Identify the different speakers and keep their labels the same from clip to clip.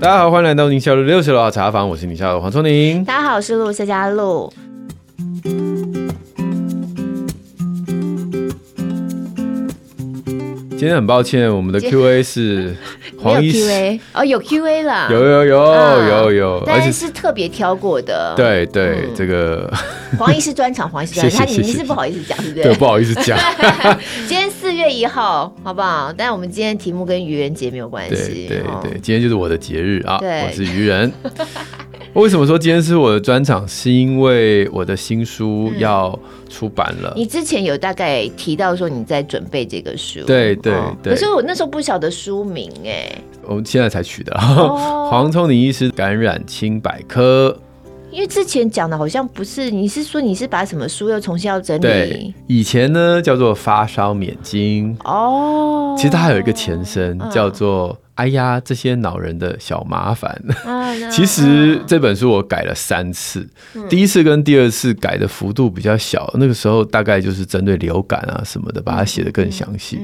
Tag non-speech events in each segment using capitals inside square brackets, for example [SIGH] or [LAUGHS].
Speaker 1: 大家好，欢迎来到宁夏路六十楼的茶房，我是宁夏路黄聪宁。
Speaker 2: 大家好，我是陆谢佳露。
Speaker 1: 今天很抱歉，我们的 Q&A 是黄
Speaker 2: [LAUGHS] 没
Speaker 1: 医
Speaker 2: 有 Q
Speaker 1: 师，
Speaker 2: A 哦，有 Q A 啦，
Speaker 1: 有有有
Speaker 2: 啊
Speaker 1: 有有，而
Speaker 2: 但是
Speaker 1: 且是
Speaker 2: 是特别挑过的。，
Speaker 1: 对对
Speaker 2: 嗯
Speaker 1: 这个
Speaker 2: 黄医师专场，黄医师专场，
Speaker 1: 谢
Speaker 2: 他
Speaker 1: 谢谢
Speaker 2: 你你
Speaker 1: 谢
Speaker 2: 是不好意思讲，对不
Speaker 1: [LAUGHS] 对
Speaker 2: 对？
Speaker 1: 不好意思讲，
Speaker 2: 今天四月一号，好不好？但我们今天题目跟愚人节没有 [LAUGHS] 关
Speaker 1: 对
Speaker 2: 系。
Speaker 1: 对
Speaker 2: 哦
Speaker 1: 对，今天就是我的节日啊，
Speaker 2: 对
Speaker 1: 我是愚
Speaker 2: [LAUGHS]
Speaker 1: 人。为什么说今天是我的专场？是因为我的新书要出版了，
Speaker 2: 嗯你之前有大概提到说你在准备这个书，
Speaker 1: 对对
Speaker 2: 哦
Speaker 1: 对
Speaker 2: 可是我那时候不晓得书名哎，
Speaker 1: 我们现在才取的。[LAUGHS]
Speaker 2: 哦
Speaker 1: 黄聪宁医师感染清百科，
Speaker 2: 因为之前讲的好像不是，你是说你是把什么书又重新要整
Speaker 1: 对
Speaker 2: 理？，
Speaker 1: 以前呢叫做发烧免经，
Speaker 2: 哦，
Speaker 1: 其实它还有一个前身
Speaker 2: 嗯
Speaker 1: 叫做“哎呀，这些恼人的小麻烦”。
Speaker 2: 啊，
Speaker 1: [LAUGHS]
Speaker 2: 那
Speaker 1: 其实这本书我改了三次，第一次跟第二次改的幅度比较小，那个时候大概就是针对流感啊什么的，把它写得更详
Speaker 2: 嗯
Speaker 1: 细。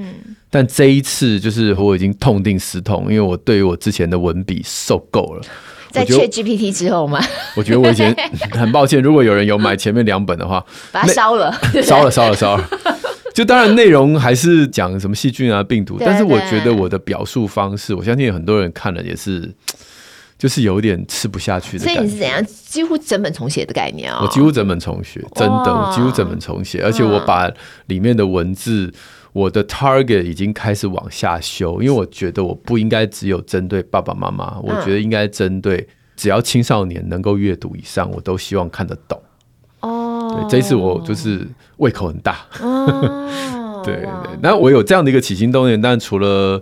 Speaker 1: 但这一次就是我已经痛定思痛，因为我对于我之前的文笔受够了。我
Speaker 2: 在
Speaker 1: 觉得
Speaker 2: Chat GPT 之
Speaker 1: [LAUGHS]
Speaker 2: 后嘛，
Speaker 1: 我觉得我以前很抱歉，如果有人有买前面两本的话，
Speaker 2: 把它烧了，
Speaker 1: [LAUGHS] 烧了，烧了，烧
Speaker 2: [LAUGHS]
Speaker 1: 了。就当然内容还是讲什么细菌啊、病毒，
Speaker 2: 对
Speaker 1: 但是我觉得我的表述方式，我相信很多人看了也是，就是有点吃不下去的
Speaker 2: 所以
Speaker 1: 感
Speaker 2: 你
Speaker 1: 觉。
Speaker 2: 是怎样几乎整本重写的概念啊、
Speaker 1: 我几乎整本重写，真的，
Speaker 2: 哇嗯
Speaker 1: 我几乎整本重写，而且我把里面的文字，我的 target 已经开始往下修，因为我觉得我不应该只有针对爸爸妈
Speaker 2: 嗯
Speaker 1: 妈，我觉得应该针对只要青少年能够阅读以上，我都希望看得懂。
Speaker 2: 哦
Speaker 1: 对，这一次我就是胃口很大。
Speaker 2: 哦
Speaker 1: [LAUGHS] 对对
Speaker 2: 哇
Speaker 1: 对，那我有这样的一个起心动念，但除了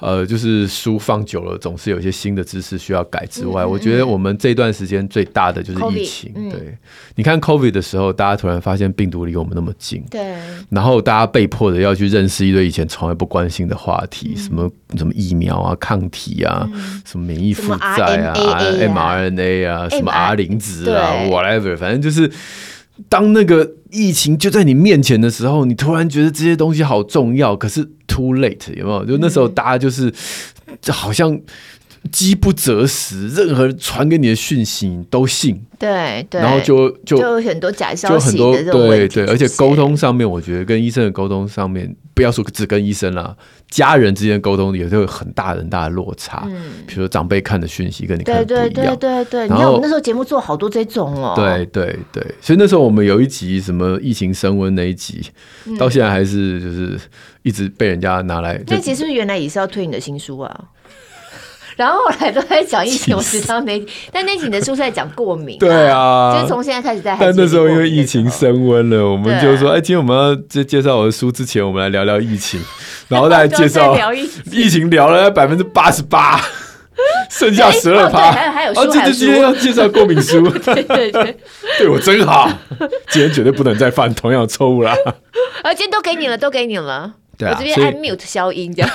Speaker 1: 呃，就是书放久了，总是有一些新的知识需要改之外，我觉得我们这段时间最大的就是疫
Speaker 2: 嗯 COVID，
Speaker 1: 情。
Speaker 2: 嗯
Speaker 1: 对，你看 COVID 的时候，大家突然发现病毒离我们那么近。
Speaker 2: 对
Speaker 1: 然后大家被迫的要去认识一堆以前从来不关心的话题，什么什么疫苗啊、抗体啊，什么免疫负载啊、
Speaker 2: 什么
Speaker 1: mRNA 啊、什么
Speaker 2: M-
Speaker 1: R 磷脂啊
Speaker 2: 对
Speaker 1: ，whatever，反正就是当那个疫情就在你面前的时候，你突然觉得这些东西好重要，可是 too late，有没有？就那时候大家就是、这好像。饥不择食，任何传给你的讯息你都信，
Speaker 2: 对对，
Speaker 1: 然后就就
Speaker 2: 就有很多假消
Speaker 1: 就很
Speaker 2: 息
Speaker 1: 多
Speaker 2: 的这种问
Speaker 1: 对
Speaker 2: 题
Speaker 1: 对，
Speaker 2: 出
Speaker 1: 而且
Speaker 2: 现
Speaker 1: 沟通上面，我觉得跟医生的沟通上面，不要说只跟医生啦，家人之间的沟通也都有很大很大的落差。
Speaker 2: 嗯，
Speaker 1: 比如说长辈看的讯息跟你看
Speaker 2: 对
Speaker 1: 的不
Speaker 2: 对
Speaker 1: 一
Speaker 2: 对
Speaker 1: 样。
Speaker 2: 对对，你
Speaker 1: 然
Speaker 2: 看我
Speaker 1: 后
Speaker 2: 们那时候节目做好多这种哦，
Speaker 1: 对对对，所以那时候我们有一集什么疫情升温那一集，到现在还是就是一直被人家拿来就
Speaker 2: 嗯那其实原来也是要推你的新书啊。 [LAUGHS] 然后后来都在讲疫情，我知道那
Speaker 1: [LAUGHS]
Speaker 2: 集，但那集你的书是在讲过敏、
Speaker 1: 对
Speaker 2: 就
Speaker 1: 啊
Speaker 2: 是。从现在开始在。
Speaker 1: [LAUGHS] 但那时候因为疫情升温了，我们
Speaker 2: 对
Speaker 1: 就说，哎，今天我们要介介绍我的书之前，我们来聊聊疫
Speaker 2: [LAUGHS]
Speaker 1: 情，然后再来介绍
Speaker 2: 聊疫情
Speaker 1: [LAUGHS] 疫情聊了百分之八十 [LAUGHS] 八，剩下
Speaker 2: 对
Speaker 1: 十二
Speaker 2: 哦对
Speaker 1: 趴，
Speaker 2: 还有还有
Speaker 1: 啊
Speaker 2: 书
Speaker 1: 这
Speaker 2: 还
Speaker 1: 这
Speaker 2: 有
Speaker 1: 今天
Speaker 2: 书
Speaker 1: 要介绍过敏书， [LAUGHS]
Speaker 2: 对对，
Speaker 1: 对我真好，今天绝对不能再犯同样的错误啦。
Speaker 2: 啊，今天都给你了，都给你了。
Speaker 1: 对啊
Speaker 2: 我这边
Speaker 1: 所以
Speaker 2: 按 mute 消
Speaker 1: [LAUGHS]
Speaker 2: 音，这样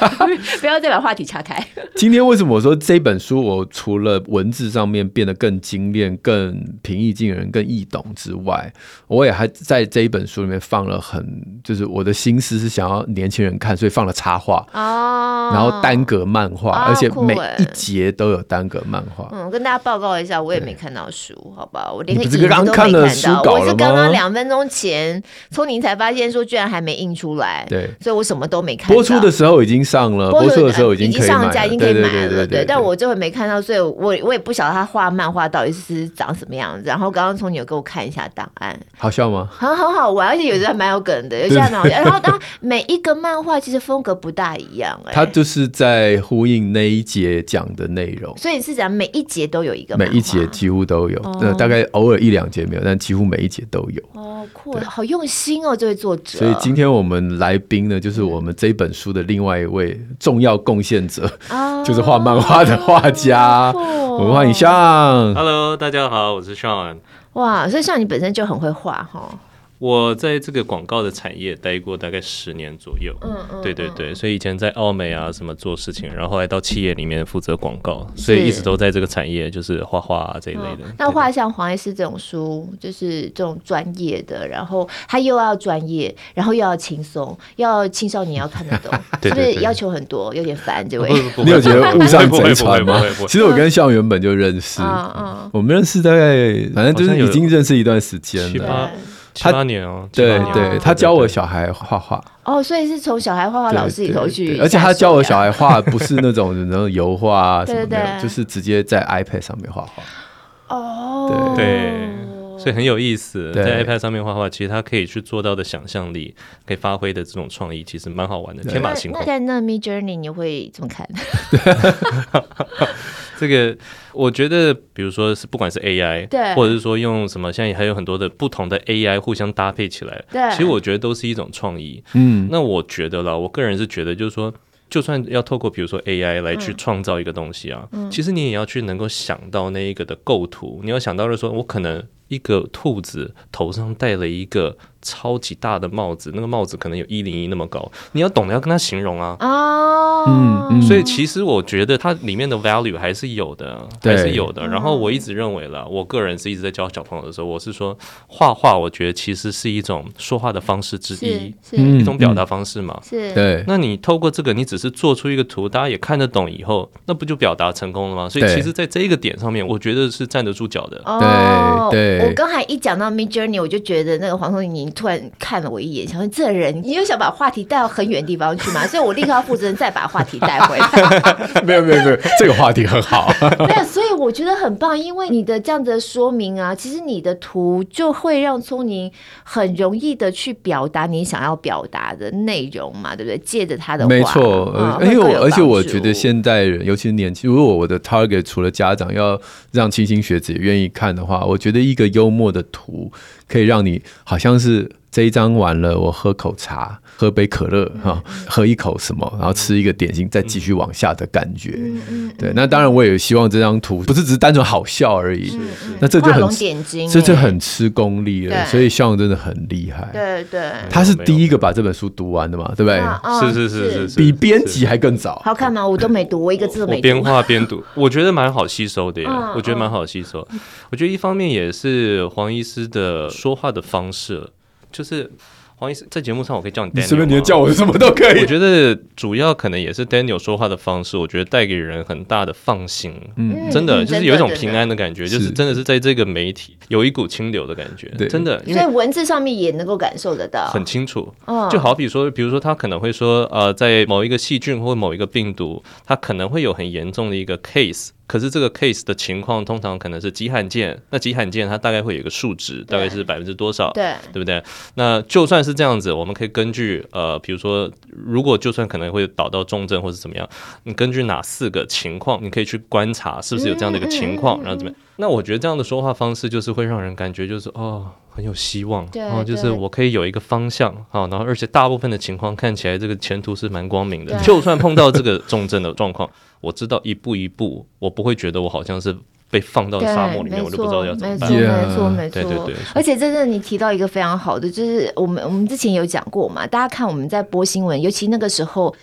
Speaker 2: 不要再把话题岔开。
Speaker 1: [LAUGHS] 今天为什么我说这本书，我除了文字上面变得更精炼、更平易近人、更易懂之外，我也还在这一本书里面放了很，就是我的心思是想要年轻人看，所以放了插画。
Speaker 2: 哦，
Speaker 1: 然后单啊格漫画，
Speaker 2: 哦
Speaker 1: 而且
Speaker 2: 酷
Speaker 1: 每
Speaker 2: 欸
Speaker 1: 一节都有单格漫画。
Speaker 2: 嗯，跟大家报告一下，我也没看到书，好吧，我连
Speaker 1: 你
Speaker 2: 个
Speaker 1: 不
Speaker 2: 影
Speaker 1: 是
Speaker 2: 子都没
Speaker 1: 刚看
Speaker 2: 看
Speaker 1: 了
Speaker 2: 到。
Speaker 1: 书稿
Speaker 2: 我
Speaker 1: 了
Speaker 2: 是刚
Speaker 1: 吗
Speaker 2: 刚两分钟前从您才发现说，居然还没印出来，
Speaker 1: 对，
Speaker 2: 所以我什么都没看到。
Speaker 1: 播出的时候已经上了，播出的时候已经可以买
Speaker 2: 呃上架，
Speaker 1: 了，
Speaker 2: 已
Speaker 1: 对
Speaker 2: 经可
Speaker 1: 对
Speaker 2: 以
Speaker 1: 对
Speaker 2: 买
Speaker 1: 对
Speaker 2: 了，
Speaker 1: 对对。
Speaker 2: 但我这回没看到，所以我我也不晓得他画漫画到底是长什么样子。然后刚刚从你有给我看一下档案，
Speaker 1: 好笑吗？
Speaker 2: 很很好玩，而且有些还蛮有梗的，有些还蛮好笑。然后它每一个漫画其实风格不大一样、哎，
Speaker 1: 他就是在呼应那一节讲的内容，
Speaker 2: 所以是讲每一节都有哦一个漫
Speaker 1: 每
Speaker 2: 画，
Speaker 1: 一节几乎都有，那、大概偶尔一两节没有，但几乎每一节都有。
Speaker 2: 哦酷，好用心哦，这位作者。
Speaker 1: 所以今天我们来宾呢，就是我们这本书的另外一位重要贡献者，
Speaker 2: 啊
Speaker 1: 就是画漫画的画家。
Speaker 2: 哦
Speaker 1: 我们欢迎向。
Speaker 3: Hello，大家好，我是 Sean。
Speaker 2: 哇，所以像你本身就很会画哈，
Speaker 3: 我在这个广告的产业待过大概十年左右，
Speaker 2: 嗯嗯
Speaker 3: 对对对，
Speaker 2: 嗯
Speaker 3: 所以以前在澳美啊什么做事情，然后后来到企业里面负责广告，所以一直都在这个产业，就是画画啊这一类的。
Speaker 2: 嗯那画像黄医师这种书，就是这种专业的，然后他又要专业，然后又要轻松，要青少年要看得
Speaker 1: [LAUGHS]
Speaker 2: 懂，
Speaker 3: 对对
Speaker 2: 是不
Speaker 3: 对
Speaker 2: 是要求很多，有点烦这位？
Speaker 3: 不不不
Speaker 1: 你有觉得误上
Speaker 3: 不会
Speaker 1: 贼船吗
Speaker 3: 不会不会不会不会？
Speaker 1: 其实我跟向原本就认识，
Speaker 2: 嗯
Speaker 1: 我们认识大概反正就
Speaker 3: 好像
Speaker 1: 是
Speaker 3: 有
Speaker 1: 已经认识一段时间
Speaker 2: 嗯，
Speaker 3: 七对
Speaker 1: 了。
Speaker 3: 八
Speaker 2: 对
Speaker 3: 七八年哦，
Speaker 1: 对
Speaker 3: 七八年
Speaker 1: 对，他教我小孩画画，
Speaker 2: 哦，所以是从小孩画啊画老师里头
Speaker 1: 对对
Speaker 2: 去下手的，
Speaker 1: 而且他教我小孩画不是那种那种油画啊什么
Speaker 2: 对对
Speaker 1: 的，
Speaker 2: 对
Speaker 1: 就是直接在 iPad 上面画画。
Speaker 2: 哦，
Speaker 3: 对，所以很有意思，
Speaker 1: 对
Speaker 3: 在 iPad 上面画画，其实他可以去做到的想象力，可以发挥的这种创意，其实蛮好玩的，天马
Speaker 2: 那
Speaker 3: 行空
Speaker 2: 那。在那 Me Journey 你会怎么看？
Speaker 3: 这个我觉得，比如说是不管是 AI，
Speaker 2: 对
Speaker 3: 或者是说用什么，现在还有很多的不同的 AI 互相搭配起来，
Speaker 2: 对
Speaker 3: 其实我觉得都是一种创意。
Speaker 1: 嗯，
Speaker 3: 那我觉得啦，我个人是觉得，就是说，就算要透过比如说 AI
Speaker 2: 嗯
Speaker 3: 来去创造一个东西啊，其实你也要去能够想到那一个的构图，你要想到的是说，我可能一个兔子头上戴了一个超级大的帽子，那个帽子可能有一零一那么高，你要懂得要跟它形容啊。
Speaker 2: 哦，
Speaker 1: 嗯嗯
Speaker 3: 所以其实我觉得它里面的 value 还是有的，
Speaker 1: 对
Speaker 3: 还是有的。然后我一直认为啦，我个人是一直在教小朋友的时候，我是说画画，我觉得其实是一种说话的方式之一
Speaker 2: 是，
Speaker 1: 嗯
Speaker 2: 是
Speaker 3: 一种表达方式嘛。
Speaker 2: 是，
Speaker 1: 对，
Speaker 3: 那你透过这个，你只是做出一个图，大家也看得懂以后，那不就表达成功了吗？所以
Speaker 1: 对
Speaker 3: 其实在这一个点上面，我觉得是站得住脚的。
Speaker 2: 哦，
Speaker 1: 对
Speaker 2: 我刚才一讲到 Mid Journey，我就觉得那个黄松宁突然看了我一眼，想说这人，你又想把话题带到很远的地方去嘛？所以我立刻要负责人再把话题带回来。
Speaker 1: [LAUGHS] 没有没有没有， [LAUGHS] 这个话题很好。
Speaker 2: [LAUGHS] 没有，啊所以我觉得很棒，因为你的这样的说明啊，其实你的图就会让聪宁很容易的去表达你想要表达的内容嘛，对不对？借着他的话，
Speaker 1: 没错，
Speaker 2: 嗯
Speaker 1: 而而
Speaker 2: 会
Speaker 1: 且
Speaker 2: 更
Speaker 1: 我
Speaker 2: 有
Speaker 1: 而且
Speaker 2: 帮
Speaker 1: 我
Speaker 2: 助
Speaker 1: 觉得现代人，尤其是年轻，如果我的 target 除了家长要让清新学子也愿意看的话，我觉得一个幽默的图可以让你好像是这一章完了，我喝口茶，喝杯可乐
Speaker 2: 嗯
Speaker 1: 哈、喝一口什么，然后吃一个点心，再继续往下的感觉。
Speaker 2: 嗯
Speaker 1: 对，那当然我也希望这张图不是只是单纯好笑而已，那这就
Speaker 2: 嗯画
Speaker 1: 很
Speaker 2: 龙点睛欸，
Speaker 1: 这就很吃功力了，
Speaker 2: 对
Speaker 1: 所以向真的很厉害。
Speaker 2: 对对，
Speaker 1: 他是第一个把这本书读完的嘛，对不对？
Speaker 2: 啊啊
Speaker 3: 是是是是是，
Speaker 1: 比编辑还更早。
Speaker 2: 好看吗？我都没读，我一个字都
Speaker 3: 我
Speaker 2: 没
Speaker 3: 边
Speaker 2: 读。
Speaker 3: 画边读，我觉得蛮好吸收的耶，
Speaker 2: 嗯
Speaker 3: 我觉得蛮好吸收。我觉得一方面也是黄医师的说话的方式，就是黄医师在节目上我可以叫你 Daniel，
Speaker 1: 随便你
Speaker 3: 吗
Speaker 1: 要叫我什么都可以
Speaker 3: 我。觉得主要可能也是 Daniel 说话的方式，我觉得带给人很大的放心。
Speaker 2: 嗯
Speaker 3: 真的
Speaker 2: 嗯
Speaker 3: 就是有一种
Speaker 2: 真的
Speaker 3: 平安的感觉，就是
Speaker 1: 是
Speaker 3: 真的是在这个媒体有一股清流的感觉
Speaker 1: 对，
Speaker 3: 真的，因
Speaker 2: 所以
Speaker 3: 为
Speaker 2: 文字上面也能够感受得到，
Speaker 3: 很清楚。
Speaker 2: 嗯
Speaker 3: 就好比说，比如说他可能会说，呃，在某一个细菌或某一个病毒，它可能会有很严重的一个 case，可是这个 case 的情况通常可能是极罕见，那极罕见它大概会有一个数值，大概是百分之多少？
Speaker 2: 对
Speaker 3: 对不对？那就算是这样子，我们可以根据呃，比如说，如果就算可能会导到重症或是怎么样，你根据哪四个情况，你可以去观察是不是有这样的一个情
Speaker 2: 嗯
Speaker 3: 况，然后怎么样？那我觉得这样的说话方式就是会让人感觉就是哦。很有希望，
Speaker 2: 对
Speaker 3: 然后就是
Speaker 2: 对
Speaker 3: 我可以有一个方向啊，然后而且大部分的情况看起来这个前途是蛮光明的。
Speaker 2: 对
Speaker 3: 就算碰到这个重症的状况，我知道一步一步，我不会觉得我好像是被放到
Speaker 2: 对，
Speaker 3: 沙漠里面，
Speaker 2: 没
Speaker 3: 我就不知道要怎么
Speaker 2: 错
Speaker 3: 办。
Speaker 2: 没错，
Speaker 1: Yeah
Speaker 2: 没错，没错。
Speaker 3: 对对对
Speaker 2: 而且真的，你提到一个非常好的，就是我们我们之前有讲过嘛，大家看我们在播新闻，尤其那个时候。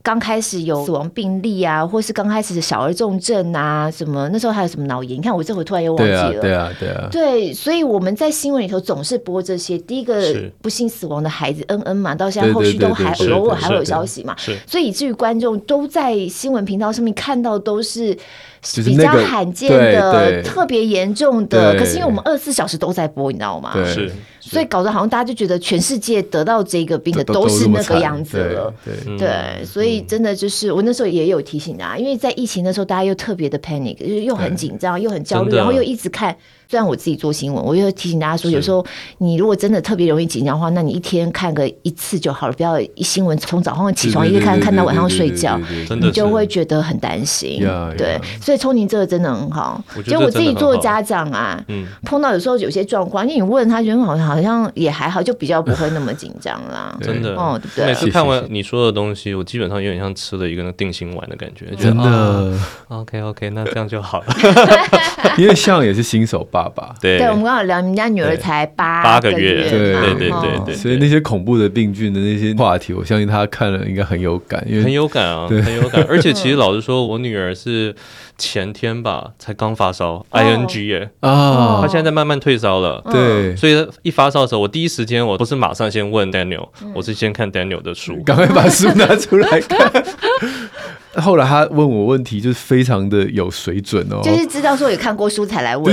Speaker 2: 刚开始有死亡病例啊，或是刚开始的小儿重症啊，什么那时候还有什么脑炎？你看我这会突然又忘记
Speaker 1: 对啊
Speaker 2: 了。，
Speaker 1: 对啊，对啊，
Speaker 2: 对，所以我们在新闻里头总是播这些。第一个
Speaker 3: 是
Speaker 2: 不幸死亡的孩子恩恩嘛，到现在
Speaker 1: 对对
Speaker 2: 后续都
Speaker 1: 对对
Speaker 2: 还
Speaker 1: 是
Speaker 2: 偶尔
Speaker 3: 的
Speaker 2: 还
Speaker 3: 是
Speaker 2: 会有
Speaker 3: 的
Speaker 2: 消息嘛，
Speaker 3: 是
Speaker 2: 所以以至于观众都在新闻频道上面看到都是
Speaker 1: 是
Speaker 2: 比较
Speaker 1: 那个
Speaker 2: 罕见
Speaker 1: 对
Speaker 2: 的、
Speaker 1: 对
Speaker 2: 特别严重的。
Speaker 1: 对
Speaker 2: 可是因为我们二十四小时都在播，你知道吗？
Speaker 1: 对
Speaker 3: 是，
Speaker 2: 所以搞得好像大家就觉得全世界得到这个病的
Speaker 1: 都
Speaker 2: 都
Speaker 1: 都
Speaker 2: 是
Speaker 1: 这么
Speaker 2: 那个
Speaker 1: 惨
Speaker 2: 样子
Speaker 1: 对
Speaker 2: 了。
Speaker 1: 对，
Speaker 3: 嗯
Speaker 2: 对，所以真的就是我那时候也有提醒大家，因为在疫情的时候，大家又特别的 panic，就是又很紧张，又很焦虑，
Speaker 3: 真的
Speaker 2: 然后又一直看。虽然我自己做新闻，我又提醒大家说，
Speaker 3: 是
Speaker 2: 有时候你如果真的特别容易紧张的话，那你一天看个一次就好了，不要一新闻从早上起床
Speaker 1: 对
Speaker 2: 一
Speaker 1: 对
Speaker 2: 直看
Speaker 1: 对
Speaker 2: 看到晚
Speaker 1: 对
Speaker 2: 上
Speaker 1: 对
Speaker 2: 睡
Speaker 1: 对
Speaker 2: 觉
Speaker 1: 对。对对
Speaker 3: 真的
Speaker 2: 你
Speaker 3: 是
Speaker 2: 就会觉得很担心
Speaker 1: Yeah,
Speaker 2: 对
Speaker 1: yeah
Speaker 2: 所以聪宁这个真的很好
Speaker 3: 我。觉
Speaker 2: 就
Speaker 3: 得
Speaker 2: 我
Speaker 3: 这
Speaker 2: 自
Speaker 3: 真的
Speaker 2: 己
Speaker 3: 很
Speaker 2: 做
Speaker 3: 好
Speaker 2: 家长啊，
Speaker 3: 嗯
Speaker 2: 碰到有时候有些状况，因为你问他，人好像好好像也还好，就比较不会那么紧张啦。
Speaker 1: 对
Speaker 3: 真的，
Speaker 2: 哦对不对
Speaker 3: 每次看完你说的东西，我基本上有点像吃了一个那定心丸的感觉，觉
Speaker 1: 真
Speaker 3: 得、啊
Speaker 1: 的，
Speaker 3: OK OK，那这哦样就好了。
Speaker 1: 因为像也是新手爸爸，
Speaker 3: [LAUGHS] 对
Speaker 2: 对，我们刚好聊，你们家女儿才八
Speaker 3: 八
Speaker 2: 个
Speaker 3: 个月
Speaker 2: 嘛
Speaker 1: 对
Speaker 3: 对对对
Speaker 2: 哦
Speaker 3: 对
Speaker 1: 所以那些恐怖的病菌的那些话题，我相信他看了应该很有感，因
Speaker 3: 很
Speaker 1: 为
Speaker 3: 有感啊，很有感。而且其实老实说，我女儿是前天吧才刚发
Speaker 2: 哦
Speaker 3: 烧，ing 耶，
Speaker 1: 啊
Speaker 3: 她，现在在慢慢退烧了。
Speaker 2: 嗯
Speaker 1: 对，
Speaker 3: 所以一发烧的时候，我第一时间我不是马上先问 Daniel，我
Speaker 2: 嗯
Speaker 3: 是先看 Daniel 的 [LAUGHS] 书。
Speaker 1: 赶快把书拿出来看。后来他问我问题，就是非常的有水准哦，
Speaker 2: 就是知道说有看过书才来问，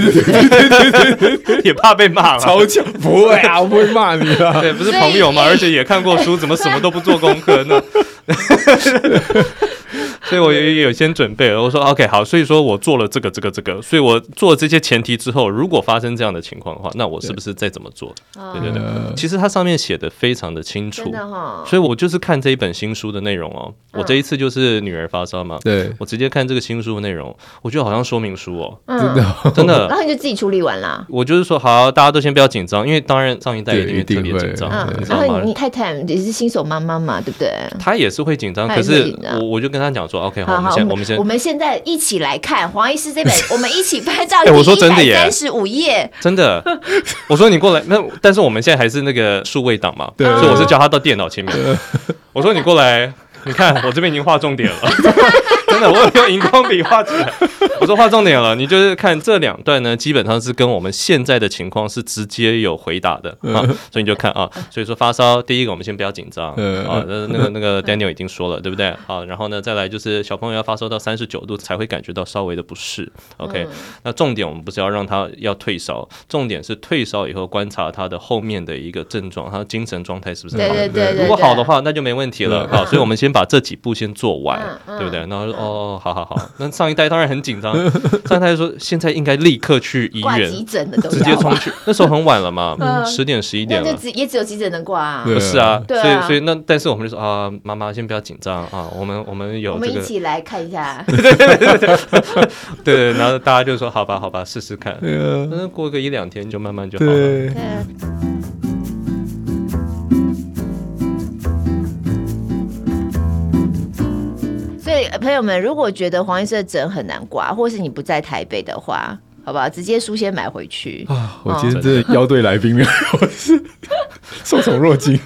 Speaker 3: 也怕被骂嘛。
Speaker 1: 超强，不会啊，我不会骂你
Speaker 2: [LAUGHS]
Speaker 1: 啊。
Speaker 3: 对，不是
Speaker 2: 所以
Speaker 3: 朋友嘛，
Speaker 2: 哎
Speaker 3: 而且也看过书，怎么什么都不做功课呢？ [LAUGHS] 所以我也也有先准备了。我说 OK 好，所以说我做了这个这个这个，所以我做了这些前提之后，如果发生这样的情况的话，那我是不是再怎么做？对对
Speaker 1: 呃
Speaker 3: 对，其实它上面写的非常的清楚
Speaker 2: 哦真，的哦嗯哈。
Speaker 3: 所以我就是看这一本新书的内容哦。我这一次就是女儿发烧嘛，
Speaker 1: 对，
Speaker 3: 我直接看这个新书的内容，我觉得好像说明书哦，
Speaker 2: 嗯，
Speaker 1: 真的哦
Speaker 3: [LAUGHS] 真的
Speaker 2: 然。后你就自己处理完啦。
Speaker 3: 我就是说，好，大家都先不要紧张，因为当然上一代
Speaker 1: 对
Speaker 3: 一定会
Speaker 1: 一定
Speaker 3: 特别
Speaker 1: 会
Speaker 3: 紧张
Speaker 1: 嗯，
Speaker 2: 嗯，
Speaker 3: 你知
Speaker 2: 然
Speaker 3: 道
Speaker 2: 后
Speaker 3: 吗
Speaker 2: 你？太太也是新手妈妈嘛，对不对？
Speaker 3: 他也是会紧张，
Speaker 2: 她
Speaker 3: 可
Speaker 2: 也是会
Speaker 3: 是
Speaker 2: 紧张
Speaker 3: 我我就跟他讲说，OK，好，
Speaker 2: 好
Speaker 3: 我们
Speaker 2: 好，
Speaker 3: 先我们先
Speaker 2: 我，们现在一起来看黄医师
Speaker 3: [LAUGHS]
Speaker 2: 这本，我们一起拍照。
Speaker 3: 哎我说真的耶
Speaker 2: 三十五页，
Speaker 3: 真的，我说你过来，那但是我们现在还是那个数位档嘛，
Speaker 1: 对
Speaker 3: 所以我是叫他到电脑前面，我说你过来，你看我这边已经画重点了，真的，我有用荧光笔画起来，我说画重点了，你就是看这两段呢，基本上是跟我们现在的情况是直接有回答的啊，所以你就看啊，所以说发烧，第一个我们先不要紧张
Speaker 1: 嗯
Speaker 3: 啊，那那个那个 Daniel 已经说了，对不对？好，然后呢，再来就是小朋友要发烧到三十九度才会感觉到稍微的不适，OK，那重点我们不是要让他要退烧，重点是退烧以后观察他的后面的一个症状，他的精神状态是不是
Speaker 2: 对
Speaker 3: 好
Speaker 2: 对
Speaker 1: 对
Speaker 2: 对对。
Speaker 3: 如果好的，话，那就没问题了。
Speaker 1: 嗯
Speaker 3: 好，所以我们先把这几步先做完
Speaker 2: 嗯，嗯
Speaker 3: 对不对？然后说哦，好好好。那上一代当然很紧张，上一代就说现在应该立刻去医
Speaker 2: 挂
Speaker 3: 院，
Speaker 2: 急诊的都
Speaker 3: 直接
Speaker 2: 要
Speaker 3: 冲去。那时候很晚了嘛，
Speaker 2: 嗯
Speaker 3: 十点十一
Speaker 2: 那
Speaker 3: 点
Speaker 2: 就
Speaker 3: 了。
Speaker 2: 只也只有急诊能挂啊。
Speaker 1: 对
Speaker 3: 不是啊，
Speaker 2: 对
Speaker 3: 所
Speaker 2: 啊
Speaker 3: 以所以那但是我们就说啊，妈妈先不要紧张啊，我们我们
Speaker 2: 我
Speaker 3: 有
Speaker 2: 们
Speaker 3: 这
Speaker 2: 一
Speaker 3: 个
Speaker 2: 起来看一下，
Speaker 3: 对 [LAUGHS] 对，然后大家就说好吧好吧，试试看。
Speaker 1: 对啊
Speaker 3: 那过个一两天就慢慢就好了。
Speaker 1: 对，
Speaker 2: 所以呃朋友们，如果觉得黄医师的诊很难挂，或是你不在台北的话，好不好？直接书先买回去。
Speaker 3: 哦
Speaker 1: 啊，我今天真的邀对来宾了，我是受宠若惊。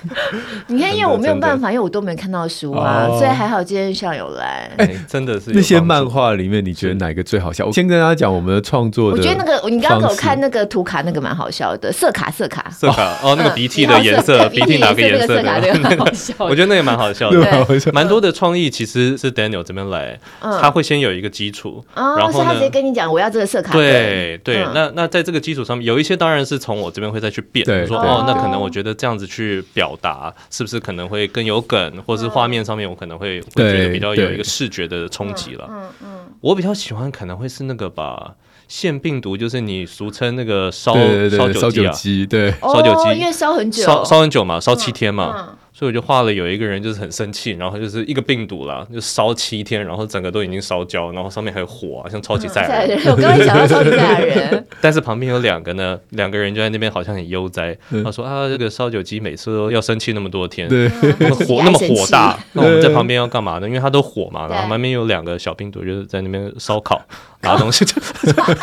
Speaker 2: 你看，因为我没有办法，因为我都没看到书啊，
Speaker 1: 哦
Speaker 2: 所以还好今天上有来。
Speaker 3: 哎，真的是有
Speaker 1: 那些
Speaker 3: 帮助
Speaker 1: 漫画里面，你觉得哪个最好笑？我先跟大家讲我们的创作
Speaker 2: 我
Speaker 1: 的，
Speaker 2: 觉得那个你刚刚给我看
Speaker 1: 方式
Speaker 2: 那个图卡，那个蛮好笑的，色卡色卡，
Speaker 3: 色卡哦，那个鼻涕的
Speaker 2: 嗯
Speaker 3: 颜
Speaker 2: [LAUGHS]
Speaker 3: 色，鼻涕哪
Speaker 2: 个
Speaker 3: 个颜
Speaker 2: 色
Speaker 3: 色
Speaker 2: 卡，
Speaker 3: [LAUGHS] 的？
Speaker 2: 对，蛮好笑的。
Speaker 3: 我觉得那也蛮好笑
Speaker 1: 对
Speaker 3: 的。
Speaker 1: 吧？我说
Speaker 3: [LAUGHS] 蛮多的创意其实是 Daniel 这边来，
Speaker 2: 嗯
Speaker 3: 他会先有一个基础，
Speaker 2: 哦，
Speaker 3: 然
Speaker 2: 所以他
Speaker 3: 后
Speaker 2: 直接
Speaker 3: 呢，
Speaker 2: 跟你讲我要这个色卡。
Speaker 3: 对对
Speaker 2: 嗯，
Speaker 3: 那那在这个基础上面，有一些当然是从我这边会再去变，
Speaker 1: 对
Speaker 3: 我说
Speaker 1: 对
Speaker 3: 哦，那
Speaker 2: 对
Speaker 3: 可能我觉得这样子去表达，是不是可能会更有梗，或是画面上面我可能会会
Speaker 1: 对
Speaker 3: 觉得比较有一
Speaker 1: 对
Speaker 3: 个视觉的冲击了。
Speaker 2: 嗯嗯，
Speaker 3: 我比较喜欢可能会是那个吧，腺病毒就是你俗称那个烧
Speaker 1: 对对对，烧
Speaker 3: 烧
Speaker 1: 酒
Speaker 3: 酒鸡啊，
Speaker 1: 鸡，对，
Speaker 3: 烧酒
Speaker 2: 哦
Speaker 3: 鸡
Speaker 2: 因为烧很久，
Speaker 3: 烧烧很久嘛，烧七天嘛。
Speaker 2: 嗯
Speaker 3: 所以我就画了有一个人就是很生气，然后就是一个病毒啦，就烧七天，然后整个都已经烧焦，然后上面还有火、啊，像超级赛亚
Speaker 1: [LAUGHS]
Speaker 2: 吓
Speaker 3: 人。
Speaker 2: 人！我刚才想到超级吓人，
Speaker 3: 但是旁边有两个呢，两个人就在那边好像很悠哉。
Speaker 1: 嗯
Speaker 3: 他说啊，这个烧酒鸡每次都要生气那么多天，
Speaker 1: 对，
Speaker 3: 那么
Speaker 2: [LAUGHS]
Speaker 3: 火那么火大，那我们在
Speaker 1: 对
Speaker 3: 旁边要干嘛呢？因为它都火嘛，
Speaker 2: 对
Speaker 3: 然后旁边有两个小病毒就是在那边烧烤，拿东
Speaker 2: [LAUGHS]
Speaker 3: 西，就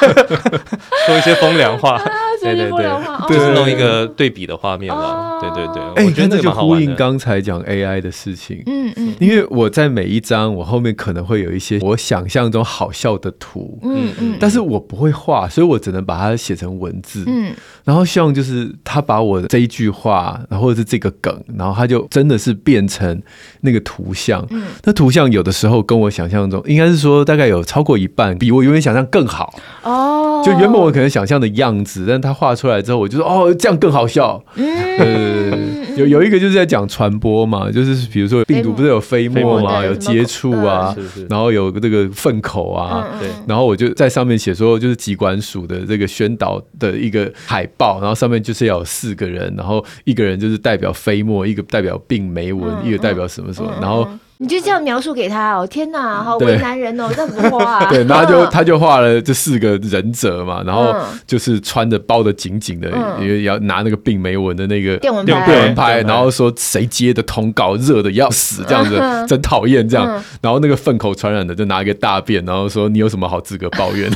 Speaker 3: 说一些风凉
Speaker 2: 啊
Speaker 3: 话，对对对，
Speaker 2: 话
Speaker 3: 就是
Speaker 1: 对
Speaker 3: 弄一个对比的画面啦
Speaker 2: 哦。
Speaker 3: 对对对，
Speaker 1: 哎，
Speaker 3: 我觉得
Speaker 1: 那
Speaker 3: 那个
Speaker 1: 就
Speaker 3: 蛮好
Speaker 1: 呼
Speaker 3: 玩
Speaker 1: 应
Speaker 3: 的。
Speaker 1: 刚才讲 AI 的事情。
Speaker 2: 嗯嗯
Speaker 1: 因为我在每一张，我后面可能会有一些我想象中好笑的图，
Speaker 2: 嗯嗯
Speaker 1: 但是我不会画，所以我只能把它写成文字。
Speaker 2: 嗯，
Speaker 1: 然后希望就是他把我这一句话，然后或者是这个梗，然后他就真的是变成那个图像。那图像有的时候跟我想象中，应该是说大概有超过一半，比我原本想象更好。
Speaker 2: 哦，
Speaker 1: 就原本我可能想象的样子，但他画出来之后，我就说哦，这样更好笑。嗯，有有一个就是在讲传播嘛，就是比如说病毒不是有飞沫
Speaker 2: 飞沫
Speaker 1: 嘛，
Speaker 2: 对
Speaker 1: 有接触啊
Speaker 3: 什么口嗯是是，
Speaker 1: 然后有这个粪口啊，
Speaker 2: 嗯
Speaker 3: 对，
Speaker 1: 然后我就在上面写说，就是疾管署的这个宣导的一个海报，然后上面就是要有四
Speaker 2: 嗯
Speaker 1: 个人，然后一个人就是代表飞沫，一个代表病媒蚊，一个代表什么什么，然后
Speaker 2: 你就这样描述给他哦，天哪，好为难人哦，这怎么画、啊？
Speaker 1: 对，然后他
Speaker 2: [LAUGHS]
Speaker 1: 就
Speaker 2: 嗯
Speaker 1: 他就画了这四个忍者嘛，然后
Speaker 2: 嗯
Speaker 1: 就是穿着包的紧紧的，
Speaker 2: 嗯
Speaker 1: 也也要拿那个病媒文的那个
Speaker 2: 电蚊
Speaker 3: 电
Speaker 2: 拍，
Speaker 1: 电蚊
Speaker 3: 拍
Speaker 1: 拍，
Speaker 3: 电蚊
Speaker 1: 然后说谁接的通告热的要死这样子，
Speaker 2: 嗯
Speaker 1: 真讨厌这样。然后那个粪口传染的就拿一个大便，然后说你有什么好资格抱怨？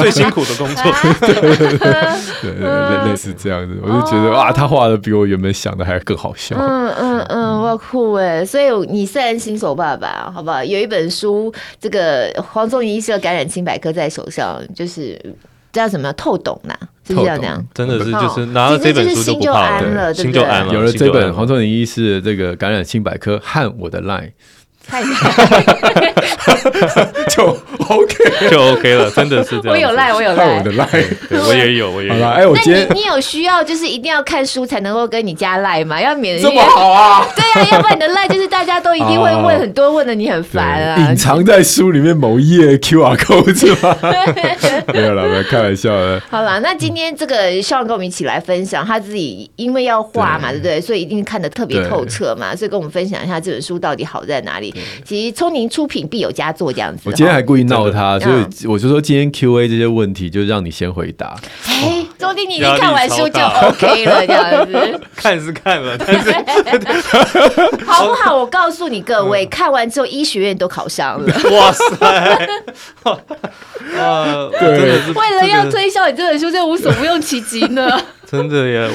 Speaker 3: 最辛苦的工
Speaker 2: [LAUGHS]
Speaker 3: 作。
Speaker 1: [LAUGHS] 对对对，类类似这样子，我就觉得哇，他画的比我原本想的还更好笑。
Speaker 2: 哦嗯嗯嗯，哇酷哎！所以你虽然新手爸爸，好不好？有一本书，这个黄宗仪医师的《感染清百科》在手上，就是叫什么透懂啦、是不是要这样？
Speaker 3: 真的是就
Speaker 2: 哦
Speaker 3: 是拿了这本书就
Speaker 2: 其实就是心
Speaker 3: 不怕
Speaker 2: 就安了
Speaker 3: 了，
Speaker 2: 对
Speaker 3: 心
Speaker 2: 不对
Speaker 3: 就安了。
Speaker 1: 有了
Speaker 3: 心就
Speaker 1: 这
Speaker 3: 安
Speaker 1: 本黄宗林医师的这个《感染性百科》和我的 Line [LAUGHS]
Speaker 2: 太，
Speaker 1: 就
Speaker 2: [LAUGHS]
Speaker 1: OK，
Speaker 3: 就 OK 了，真的是这样。
Speaker 2: 我有赖，，我有
Speaker 1: 和我
Speaker 2: 赖。
Speaker 1: 的 Line。
Speaker 3: 对我也有，我也
Speaker 1: 好了，
Speaker 3: 有。
Speaker 1: 哎，我今
Speaker 2: 那
Speaker 1: 天
Speaker 2: 你你有需要就是一定要看书才能够跟你加赖吗？要免
Speaker 1: 这么好啊，
Speaker 2: 对啊，要不然你的赖就是大家都一定会问很多问的，你很烦
Speaker 1: 对
Speaker 2: 啊
Speaker 1: 隐。藏在书里面某一页 QR code 是
Speaker 2: [LAUGHS]
Speaker 1: 吗？没有了，没有开玩笑的。
Speaker 2: 好啦，那今天这个笑跟我们一起来分享，他自己因为要画嘛，对不对？所以一定看得特别透彻嘛，所以跟我们分享一下这本书到底好在哪里。其实聪明出品必有佳作这样子。
Speaker 1: 我今天还故意闹
Speaker 2: [LAUGHS]
Speaker 1: 他，
Speaker 2: 真
Speaker 1: 所
Speaker 2: 的
Speaker 1: 以我就说今天 Q A 这些问题就让你先回答。哦
Speaker 2: 哎，钟弟你已经
Speaker 3: 压力
Speaker 2: 看完书
Speaker 3: 超
Speaker 2: 就
Speaker 3: 大
Speaker 2: OK 了，这
Speaker 1: [LAUGHS]
Speaker 2: 样子。
Speaker 3: [LAUGHS] 看是看了，但是
Speaker 2: 好不好？我告诉你各
Speaker 1: 嗯
Speaker 2: 位，看完之后医学院都考上了。[LAUGHS]
Speaker 3: 哇塞，哇，真的是
Speaker 2: 为了要
Speaker 3: 这个
Speaker 2: 推销你这本书，这无所不用其极呢。
Speaker 3: 真的耶，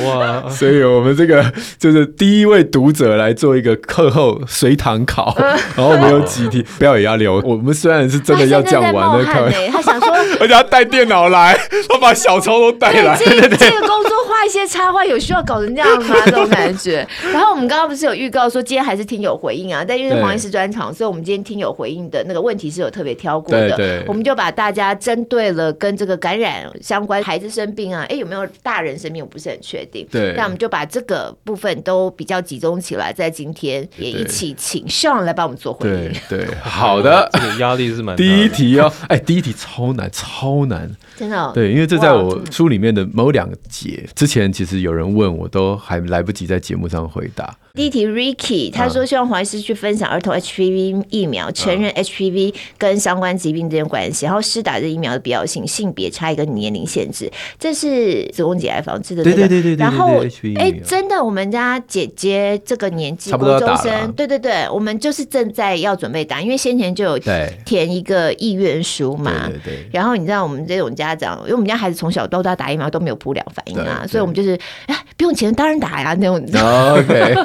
Speaker 1: [LAUGHS]
Speaker 3: 哇，
Speaker 1: 所以我们这个就是第一位读者来做一个课后随堂考，
Speaker 2: 嗯
Speaker 1: 然后我们有几题， [LAUGHS] 不要也要留。我们虽然 [LAUGHS] 是真的要这样玩啊
Speaker 2: 他 [LAUGHS]
Speaker 1: 的，
Speaker 2: 现在在冒
Speaker 1: 开
Speaker 2: 汗
Speaker 1: 玩
Speaker 2: 呢，
Speaker 1: [LAUGHS]
Speaker 2: 他想说。哎
Speaker 1: 而且他带电脑来， [LAUGHS] 他把小抄都带哎
Speaker 2: [LAUGHS]
Speaker 1: 来。
Speaker 2: 这个这个工作画一些插画，有需要搞成这样吗？这种
Speaker 1: [LAUGHS]
Speaker 2: 感觉。然后我们刚刚不是有预告说，今天还是听友回应啊，但因为
Speaker 1: 对
Speaker 2: 黄医师专场，所以我们今天听友回应的那个问题是有特别挑过的。
Speaker 1: 对对
Speaker 2: 我们就把大家针对了跟这个感染相关，孩子生病啊，哎，有没有大人生病，我不是很确定。
Speaker 1: 对
Speaker 2: 那我们就把这个部分都比较集中起来，在今天也一起请 Sean 来帮我们做回
Speaker 1: 对
Speaker 2: 应。
Speaker 1: 对，好的。
Speaker 3: 这个压力是蛮大的
Speaker 1: [LAUGHS] 第一题哦，哎，第一题超难，超难。
Speaker 2: 真的哦、
Speaker 1: 对，因为这在
Speaker 2: 哇
Speaker 1: 我书里面的某两节之前，其实有人问我，都还来不及在节目上回答。
Speaker 2: 第一题，Ricky 他说希望黄医师去分享儿童 HPV 疫苗、承
Speaker 1: 啊
Speaker 2: 认 HPV 跟相关疾病之间关系，然后施打这疫苗的必要性、性别差异跟年龄限制，这是子宫颈癌防治的那个。
Speaker 1: 对对对对对
Speaker 2: 然后
Speaker 1: 对对，对
Speaker 2: 哎
Speaker 1: HPV 疫，苗
Speaker 2: 真的，我们家姐姐这个年纪，
Speaker 1: 差不
Speaker 2: 国
Speaker 1: 多要打
Speaker 2: 中
Speaker 1: 了啊
Speaker 2: 生，对对对，我们就是正在要准备打，因为先前就有
Speaker 1: 对
Speaker 2: 填一个意愿书嘛。
Speaker 1: 对对对。
Speaker 2: 然后你知道我们这种家长，因为我们家孩子从小到大打疫苗都没有不良反应啊，
Speaker 1: 对对
Speaker 2: 所以我们就是哎不用钱当然打呀那种，你知道 [LAUGHS]
Speaker 1: OK，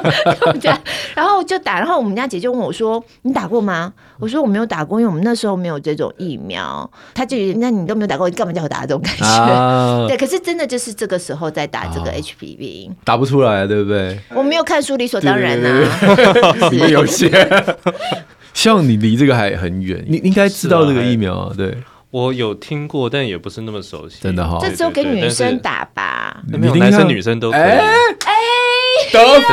Speaker 2: 这样，然后就打，然后我们家姐就问我说：“你打过吗？”我说：“我没有打过，因为我们那时候没有这种疫苗。”她就有点那你都没有打过，你干嘛叫我打这种感觉？
Speaker 1: 啊，
Speaker 2: [LAUGHS] 对，可是真的就是这个时候在打这个
Speaker 1: 哦
Speaker 2: HPV，、
Speaker 1: 答不出来，啊对不对？
Speaker 2: 我没有看书，理所当然啊啦、
Speaker 3: [LAUGHS]
Speaker 1: 里面有些。 [LAUGHS] 像你离这个还很远，你你应该知道这个疫苗啊，对，
Speaker 3: 我有听过，但也不是那么熟悉，
Speaker 1: 真的哈
Speaker 2: 这只有给
Speaker 3: 对对
Speaker 2: 女生。
Speaker 3: 但是
Speaker 2: 打吧。
Speaker 3: 那没有
Speaker 1: 你一定要
Speaker 3: 男生女生都可以
Speaker 1: 哎得分。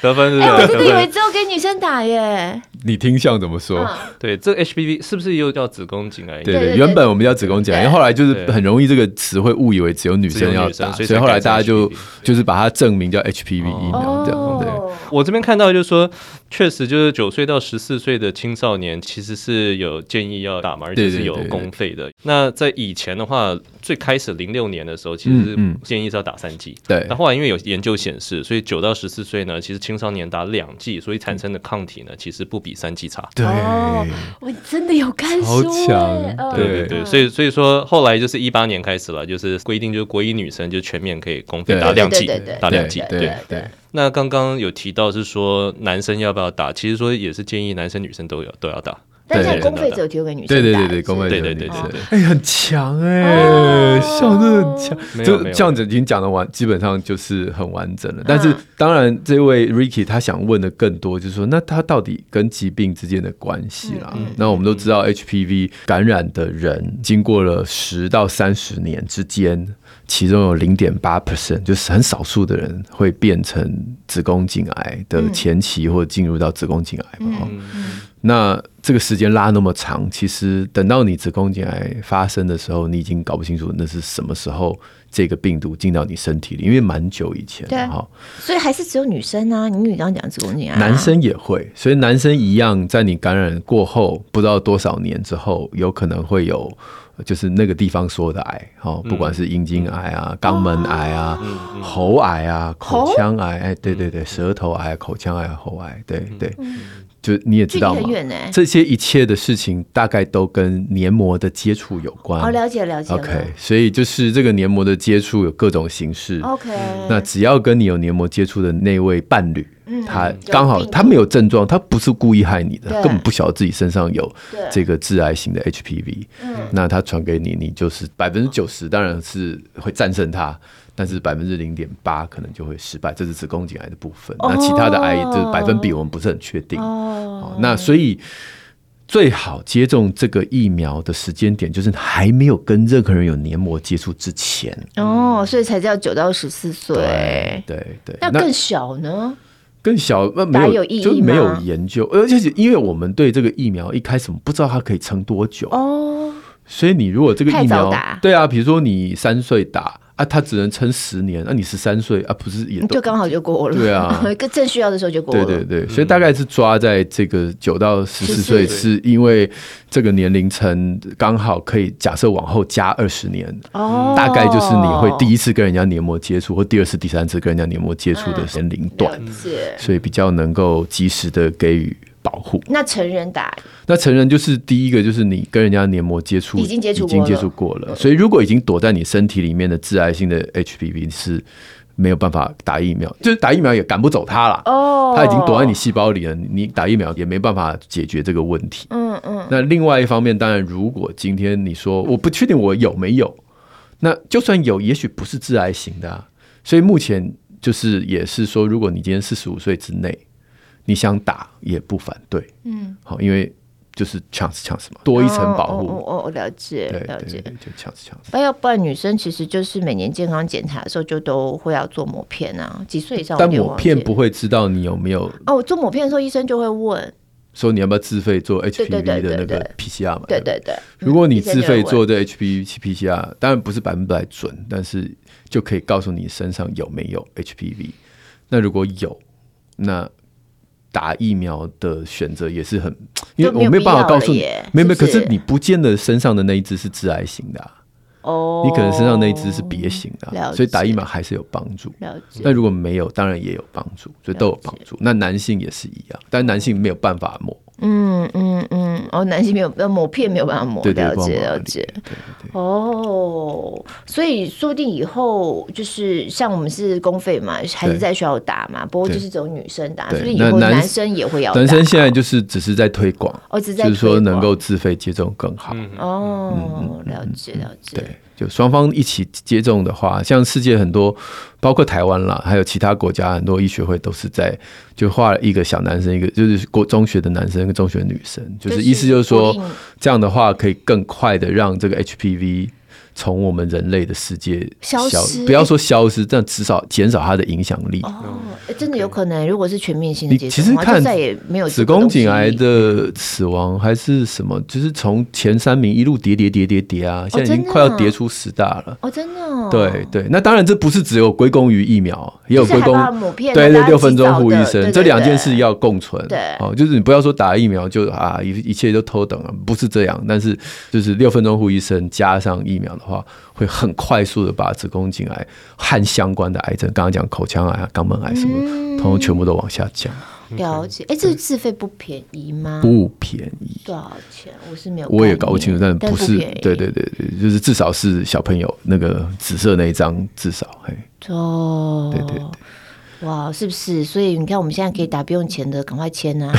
Speaker 3: 得分是
Speaker 1: 啊
Speaker 2: 哎、我
Speaker 3: 得
Speaker 2: 真的以为
Speaker 3: 分。
Speaker 2: 只有给女生打耶。
Speaker 1: 你听像怎么说？
Speaker 3: 对，这个 HPV 是不是又叫子宫颈癌？
Speaker 1: 对
Speaker 2: 啊对对
Speaker 1: 对，原本我们叫子宫颈癌，因为后来就是
Speaker 3: 对
Speaker 1: 很容易这个词会误以为只有女生要
Speaker 3: 只有
Speaker 1: 打，
Speaker 3: 女生
Speaker 1: 所以后来大家就就
Speaker 3: 所以才改成 HPV
Speaker 1: 是把它证明叫 HPV 疫苗这样。对，
Speaker 2: 哦，
Speaker 3: 我这边看到就是说，确实就是九岁到十四岁的青少年其实是有建议要打嘛，而且是有公费的。那在以前的话，最开始零六年的时候，其实
Speaker 1: 嗯
Speaker 3: 是
Speaker 1: 嗯
Speaker 3: 建议是要打三剂。
Speaker 1: 对
Speaker 2: 哦
Speaker 3: 那后来因为有研究显示，所以九到十四岁呢，其实青少年打两剂，所以产生的抗体呢，其实不比三剂差。
Speaker 1: 对
Speaker 2: 哦我真的有看
Speaker 1: 超
Speaker 2: 书耶、
Speaker 1: 强
Speaker 2: 嗯
Speaker 3: 对对对，所以所以说后来就是一八年开始了，就是规定就是国一女生就全面可以公费
Speaker 1: 对
Speaker 3: 打两
Speaker 2: 对
Speaker 3: 剂
Speaker 2: 对对对，
Speaker 3: 打两剂。
Speaker 1: 对
Speaker 2: 对
Speaker 1: 对
Speaker 2: 对
Speaker 1: 对，
Speaker 3: 那刚刚有提到是说男生要不要打，其实说也是建议男生女生都有都要打。
Speaker 2: 但是
Speaker 1: 对
Speaker 2: 公费只有提供给女生
Speaker 1: 对
Speaker 2: 打。
Speaker 1: 对对对，
Speaker 2: 是
Speaker 1: 公卫
Speaker 3: 对
Speaker 1: 球
Speaker 3: 对
Speaker 1: 女
Speaker 3: 对
Speaker 1: 生
Speaker 3: 对，
Speaker 1: 哎，很强
Speaker 2: 哦
Speaker 1: 哎，像真的很强，
Speaker 3: 没有
Speaker 1: 就
Speaker 3: 没有
Speaker 1: 这样子已经讲的完，基本上就是很完整了。但是当然，这位 Ricky 他想问的更多，就是说，那他到底跟疾病之间的关系啦？那我们都知道 HPV 感染的人，经过了十到三十年之间，其中有零点八 percent，就是很少数的人会变成子宫颈癌的前期，或进入到子宫颈癌嘛。哦那这个时间拉那么长，其实等到你子宫颈癌发生的时候，你已经搞不清楚那是什么时候这个病毒进到你身体里，因为蛮久以前
Speaker 2: 对
Speaker 1: 了哈。
Speaker 2: 所以还是只有女生啊，你女刚讲子宫颈癌啊，
Speaker 1: 男生也会，所以男生一样，在你感染过后不知道多少年之后，有可能会有呃就是那个地方说的癌，哦，不管是阴茎癌啊、肛门癌啊、喉癌啊、口腔癌，哎，对对对，舌头癌、口腔癌、喉癌，对对，就你也
Speaker 2: 距
Speaker 1: 知
Speaker 2: 离
Speaker 1: 道
Speaker 2: 很
Speaker 1: 嘛，
Speaker 2: 远哎、
Speaker 1: 这些一切的事情大概都跟黏膜的接触有
Speaker 2: 哦，
Speaker 1: 关。
Speaker 2: 了解了解了
Speaker 1: 啊 OK，所以就是这个黏膜的接触有各种形式。
Speaker 2: OK，
Speaker 1: 那只要跟你有黏膜接触的那位伴侣，
Speaker 2: 哎嗯
Speaker 1: 他
Speaker 2: 有
Speaker 1: 刚好
Speaker 2: 病
Speaker 1: 他没有症状，他不是故意害你的，
Speaker 2: 对
Speaker 1: 根本不晓得自己身上有
Speaker 2: 对嗯
Speaker 1: 这个致癌型的 HPV，那他传给你，你就是百分之九十当然是会战胜它，但是百分之零点八可能就会失败，这是子宫颈癌的部分。那其他的癌就是百分比我们不是很确定。
Speaker 2: 哦
Speaker 1: 哦，那所以最好接种这个疫苗的时间点就是还没有跟任何人有黏膜接触之前。
Speaker 2: 哦，所以才叫九到十四岁，
Speaker 1: 对对，
Speaker 2: 那更小呢？
Speaker 1: 更小，那
Speaker 2: 打
Speaker 1: 没
Speaker 2: 有
Speaker 1: 有
Speaker 2: 意义
Speaker 1: 就没有
Speaker 2: 吗
Speaker 1: 研究，呃而且因为我们对这个疫苗一开始我们不知道它可以撑多久，
Speaker 2: 哦，
Speaker 1: 所以你如果这个
Speaker 2: 太
Speaker 1: 疫
Speaker 2: 早
Speaker 1: 苗
Speaker 2: 打
Speaker 1: 对啊，比如说你三岁打啊，它只能撑十年，啊，你十三岁啊，不是也
Speaker 2: 你
Speaker 1: 都
Speaker 2: 就刚好就过了，
Speaker 1: 对
Speaker 2: [LAUGHS]
Speaker 1: 啊
Speaker 2: 跟正需要的时候就过
Speaker 1: 对
Speaker 2: 了，
Speaker 1: 对对，所以大概是抓在这个九到十四岁，是因为这个年龄层刚好可以假设往后加二十年，
Speaker 2: 哦，
Speaker 1: 大概就是你会第
Speaker 2: 一
Speaker 1: 一次跟人家黏膜接触，或第二次、第三次跟人家黏膜接触
Speaker 2: 嗯
Speaker 1: 的年龄段，所以比较能够及时的给予保护。
Speaker 2: 那成人打
Speaker 1: 那成人就是第一个，就是你跟人家黏膜接触
Speaker 2: 已经接触
Speaker 1: 已
Speaker 2: 过了嗯
Speaker 1: 经接触过了，所以如果已经躲在你身体里面的致癌性的 HPV 是没有办法打疫苗，就是打疫苗也赶不走它啦。
Speaker 2: 哦，
Speaker 1: 它已经躲在你细胞里了，你你打疫苗也没办法解决这个问题。
Speaker 2: 嗯嗯，
Speaker 1: 那另外一方面，当然，如果今天你说我不确定我有没有，那就算有，也许不是致癌型的、啊。所以目前就是也是说，如果你今天四十五岁之内，你想打也不反对，
Speaker 2: 嗯，
Speaker 1: 好，因为就是 chance chance 嘛，多一层保护，
Speaker 2: 哦哦哦哦，我了解
Speaker 1: 对
Speaker 2: 了
Speaker 1: 对对，
Speaker 2: 解。
Speaker 1: 对就 chance chance。
Speaker 2: 那要不然女生其实就是每年健康检查的时候就都会要做抹片啊，几岁以上我有
Speaker 1: 但
Speaker 2: 点
Speaker 1: 抹
Speaker 2: 忘记
Speaker 1: 片不会知道你有没有
Speaker 2: 哦，我做抹片的时候医生就会问，
Speaker 1: 说你要不要自费做
Speaker 2: 对对
Speaker 1: HPV
Speaker 2: 对
Speaker 1: 的那
Speaker 2: 对
Speaker 1: 个
Speaker 2: 对
Speaker 1: PCR 嘛？
Speaker 2: 对
Speaker 1: 不
Speaker 2: 对对，嗯
Speaker 1: 如果
Speaker 2: 医
Speaker 1: 你
Speaker 2: 生
Speaker 1: 自
Speaker 2: 就会
Speaker 1: 费
Speaker 2: 问
Speaker 1: 做的 HPV PCR，当然不是百分百准，但是就可以告诉你身上有没有 HPV。那如果有，那打疫苗的选择也是很，因为
Speaker 2: 就没有
Speaker 1: 我没有办法
Speaker 2: 必要
Speaker 1: 告诉你
Speaker 2: 了耶，
Speaker 1: 没有没有，
Speaker 2: 是
Speaker 1: 可
Speaker 2: 不是
Speaker 1: 是你不见得身上的那一只是致癌型的啊、
Speaker 2: 哦，
Speaker 1: 你可能身上那一只是别型的啊、
Speaker 2: 了
Speaker 1: 所以打
Speaker 2: 解
Speaker 1: 疫苗还是有帮助。
Speaker 2: 了解
Speaker 1: 那如果没有，当然也有帮助，所以都有帮助。那男性也是一样，但男性没有办法抹，
Speaker 2: 嗯嗯嗯，哦，男性没有，呃，抹片没有办法抹，
Speaker 1: 对对，
Speaker 2: 了
Speaker 1: 不好
Speaker 2: 解
Speaker 1: 抹
Speaker 2: 了
Speaker 1: 里
Speaker 2: 解。
Speaker 1: 面对对对。
Speaker 2: 哦，所以说不定以后就是像我们是公费嘛，还是
Speaker 1: 对
Speaker 2: 在学校打嘛，不过就
Speaker 1: 对
Speaker 2: 是只有女生打，
Speaker 1: 对
Speaker 2: 所以以
Speaker 1: 那
Speaker 2: 后
Speaker 1: 男
Speaker 2: 男生也会要打。
Speaker 1: 男生现在就是只是在推广，
Speaker 2: 哦只是在
Speaker 1: 就是说
Speaker 2: 推广嗯
Speaker 1: 能够嗯自费接种更好。
Speaker 2: 哦，了解了
Speaker 1: 嗯
Speaker 2: 解，
Speaker 1: 对，就双方一起接种的话，像世界很多，包括台湾啦，还有其他国家很多医学会都是在就画了一个小男生，一个就是国中学的男生跟中学的女生，就是意思就是说
Speaker 2: 固定
Speaker 1: 这样的话可以更快的让这个 HPV。从我们人类的世界
Speaker 2: 消失
Speaker 1: 不要说消失，但至少减少它的影响力。
Speaker 2: 哦，诶真的有可能，如果是全面性的
Speaker 1: 你
Speaker 2: 接
Speaker 1: 其
Speaker 2: 种
Speaker 1: 实
Speaker 2: 的啊话，就
Speaker 1: 看
Speaker 2: 再也没有
Speaker 1: 子
Speaker 2: 这个
Speaker 1: 宫
Speaker 2: 东西
Speaker 1: 颈癌的死亡还是什么，就是从前三名一路跌跌跌跌跌啊，现在已
Speaker 2: 真
Speaker 1: 经
Speaker 2: 的
Speaker 1: 快要
Speaker 2: 啊
Speaker 1: 跌出十大了。
Speaker 2: 哦，真的哦
Speaker 1: 对对，那当然这不是只有归功于疫苗，也有
Speaker 2: 就
Speaker 1: 归
Speaker 2: 是还
Speaker 1: 功
Speaker 2: 把它抹片啊
Speaker 1: 对
Speaker 2: 大
Speaker 1: 对
Speaker 2: 家
Speaker 1: 六
Speaker 2: 及
Speaker 1: 分钟
Speaker 2: 早
Speaker 1: 护一
Speaker 2: 的对
Speaker 1: 生
Speaker 2: 对
Speaker 1: 这两件
Speaker 2: 对
Speaker 1: 事要共存。
Speaker 2: 对
Speaker 1: 哦，就是你不要说打疫苗就啊一一切都偷等了，不是这样。但是就是六分钟护一生加上疫苗的话，会很快速的把子宫颈癌和相关的癌症，刚刚讲口腔癌、啊、肛门癌什么，
Speaker 2: 嗯
Speaker 1: 通通全部都往下降，
Speaker 2: 了解，哎，这个自费不便宜吗？
Speaker 1: 不便宜。
Speaker 2: 多少钱？我是没有概念，
Speaker 1: 我也搞不清楚，但不是，
Speaker 2: 嗯便宜
Speaker 1: 对对对对，就是至少是小朋友那个紫色那一张，至少，嘿，
Speaker 2: 哦，
Speaker 1: 对对对
Speaker 2: 哇，是不是？所以你看，我们现在可以打不用钱的，赶快签
Speaker 1: [LAUGHS]
Speaker 2: 啊！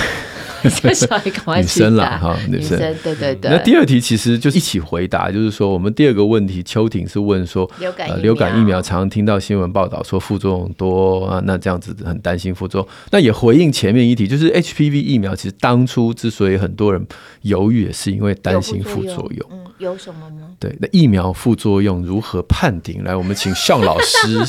Speaker 2: 叫小孩赶快去
Speaker 1: 女
Speaker 2: 打
Speaker 1: 生啦哈女生嗯
Speaker 2: 对对对。
Speaker 1: 那第二题其实就是一起回答，就是说我们第二个问题，邱婷是问说，
Speaker 2: 流感疫苗
Speaker 1: 呃，流感疫苗常听到新闻报道说副作用多啊，那这样子很担心副作用。那也回应前面一题，就是 HPV 疫苗其实当初之所以很多人犹豫，也是因为担心副
Speaker 2: 有
Speaker 1: 作用。
Speaker 2: 嗯，有什么吗？
Speaker 1: 对，那疫苗副作用如何判定？来，我们请向老师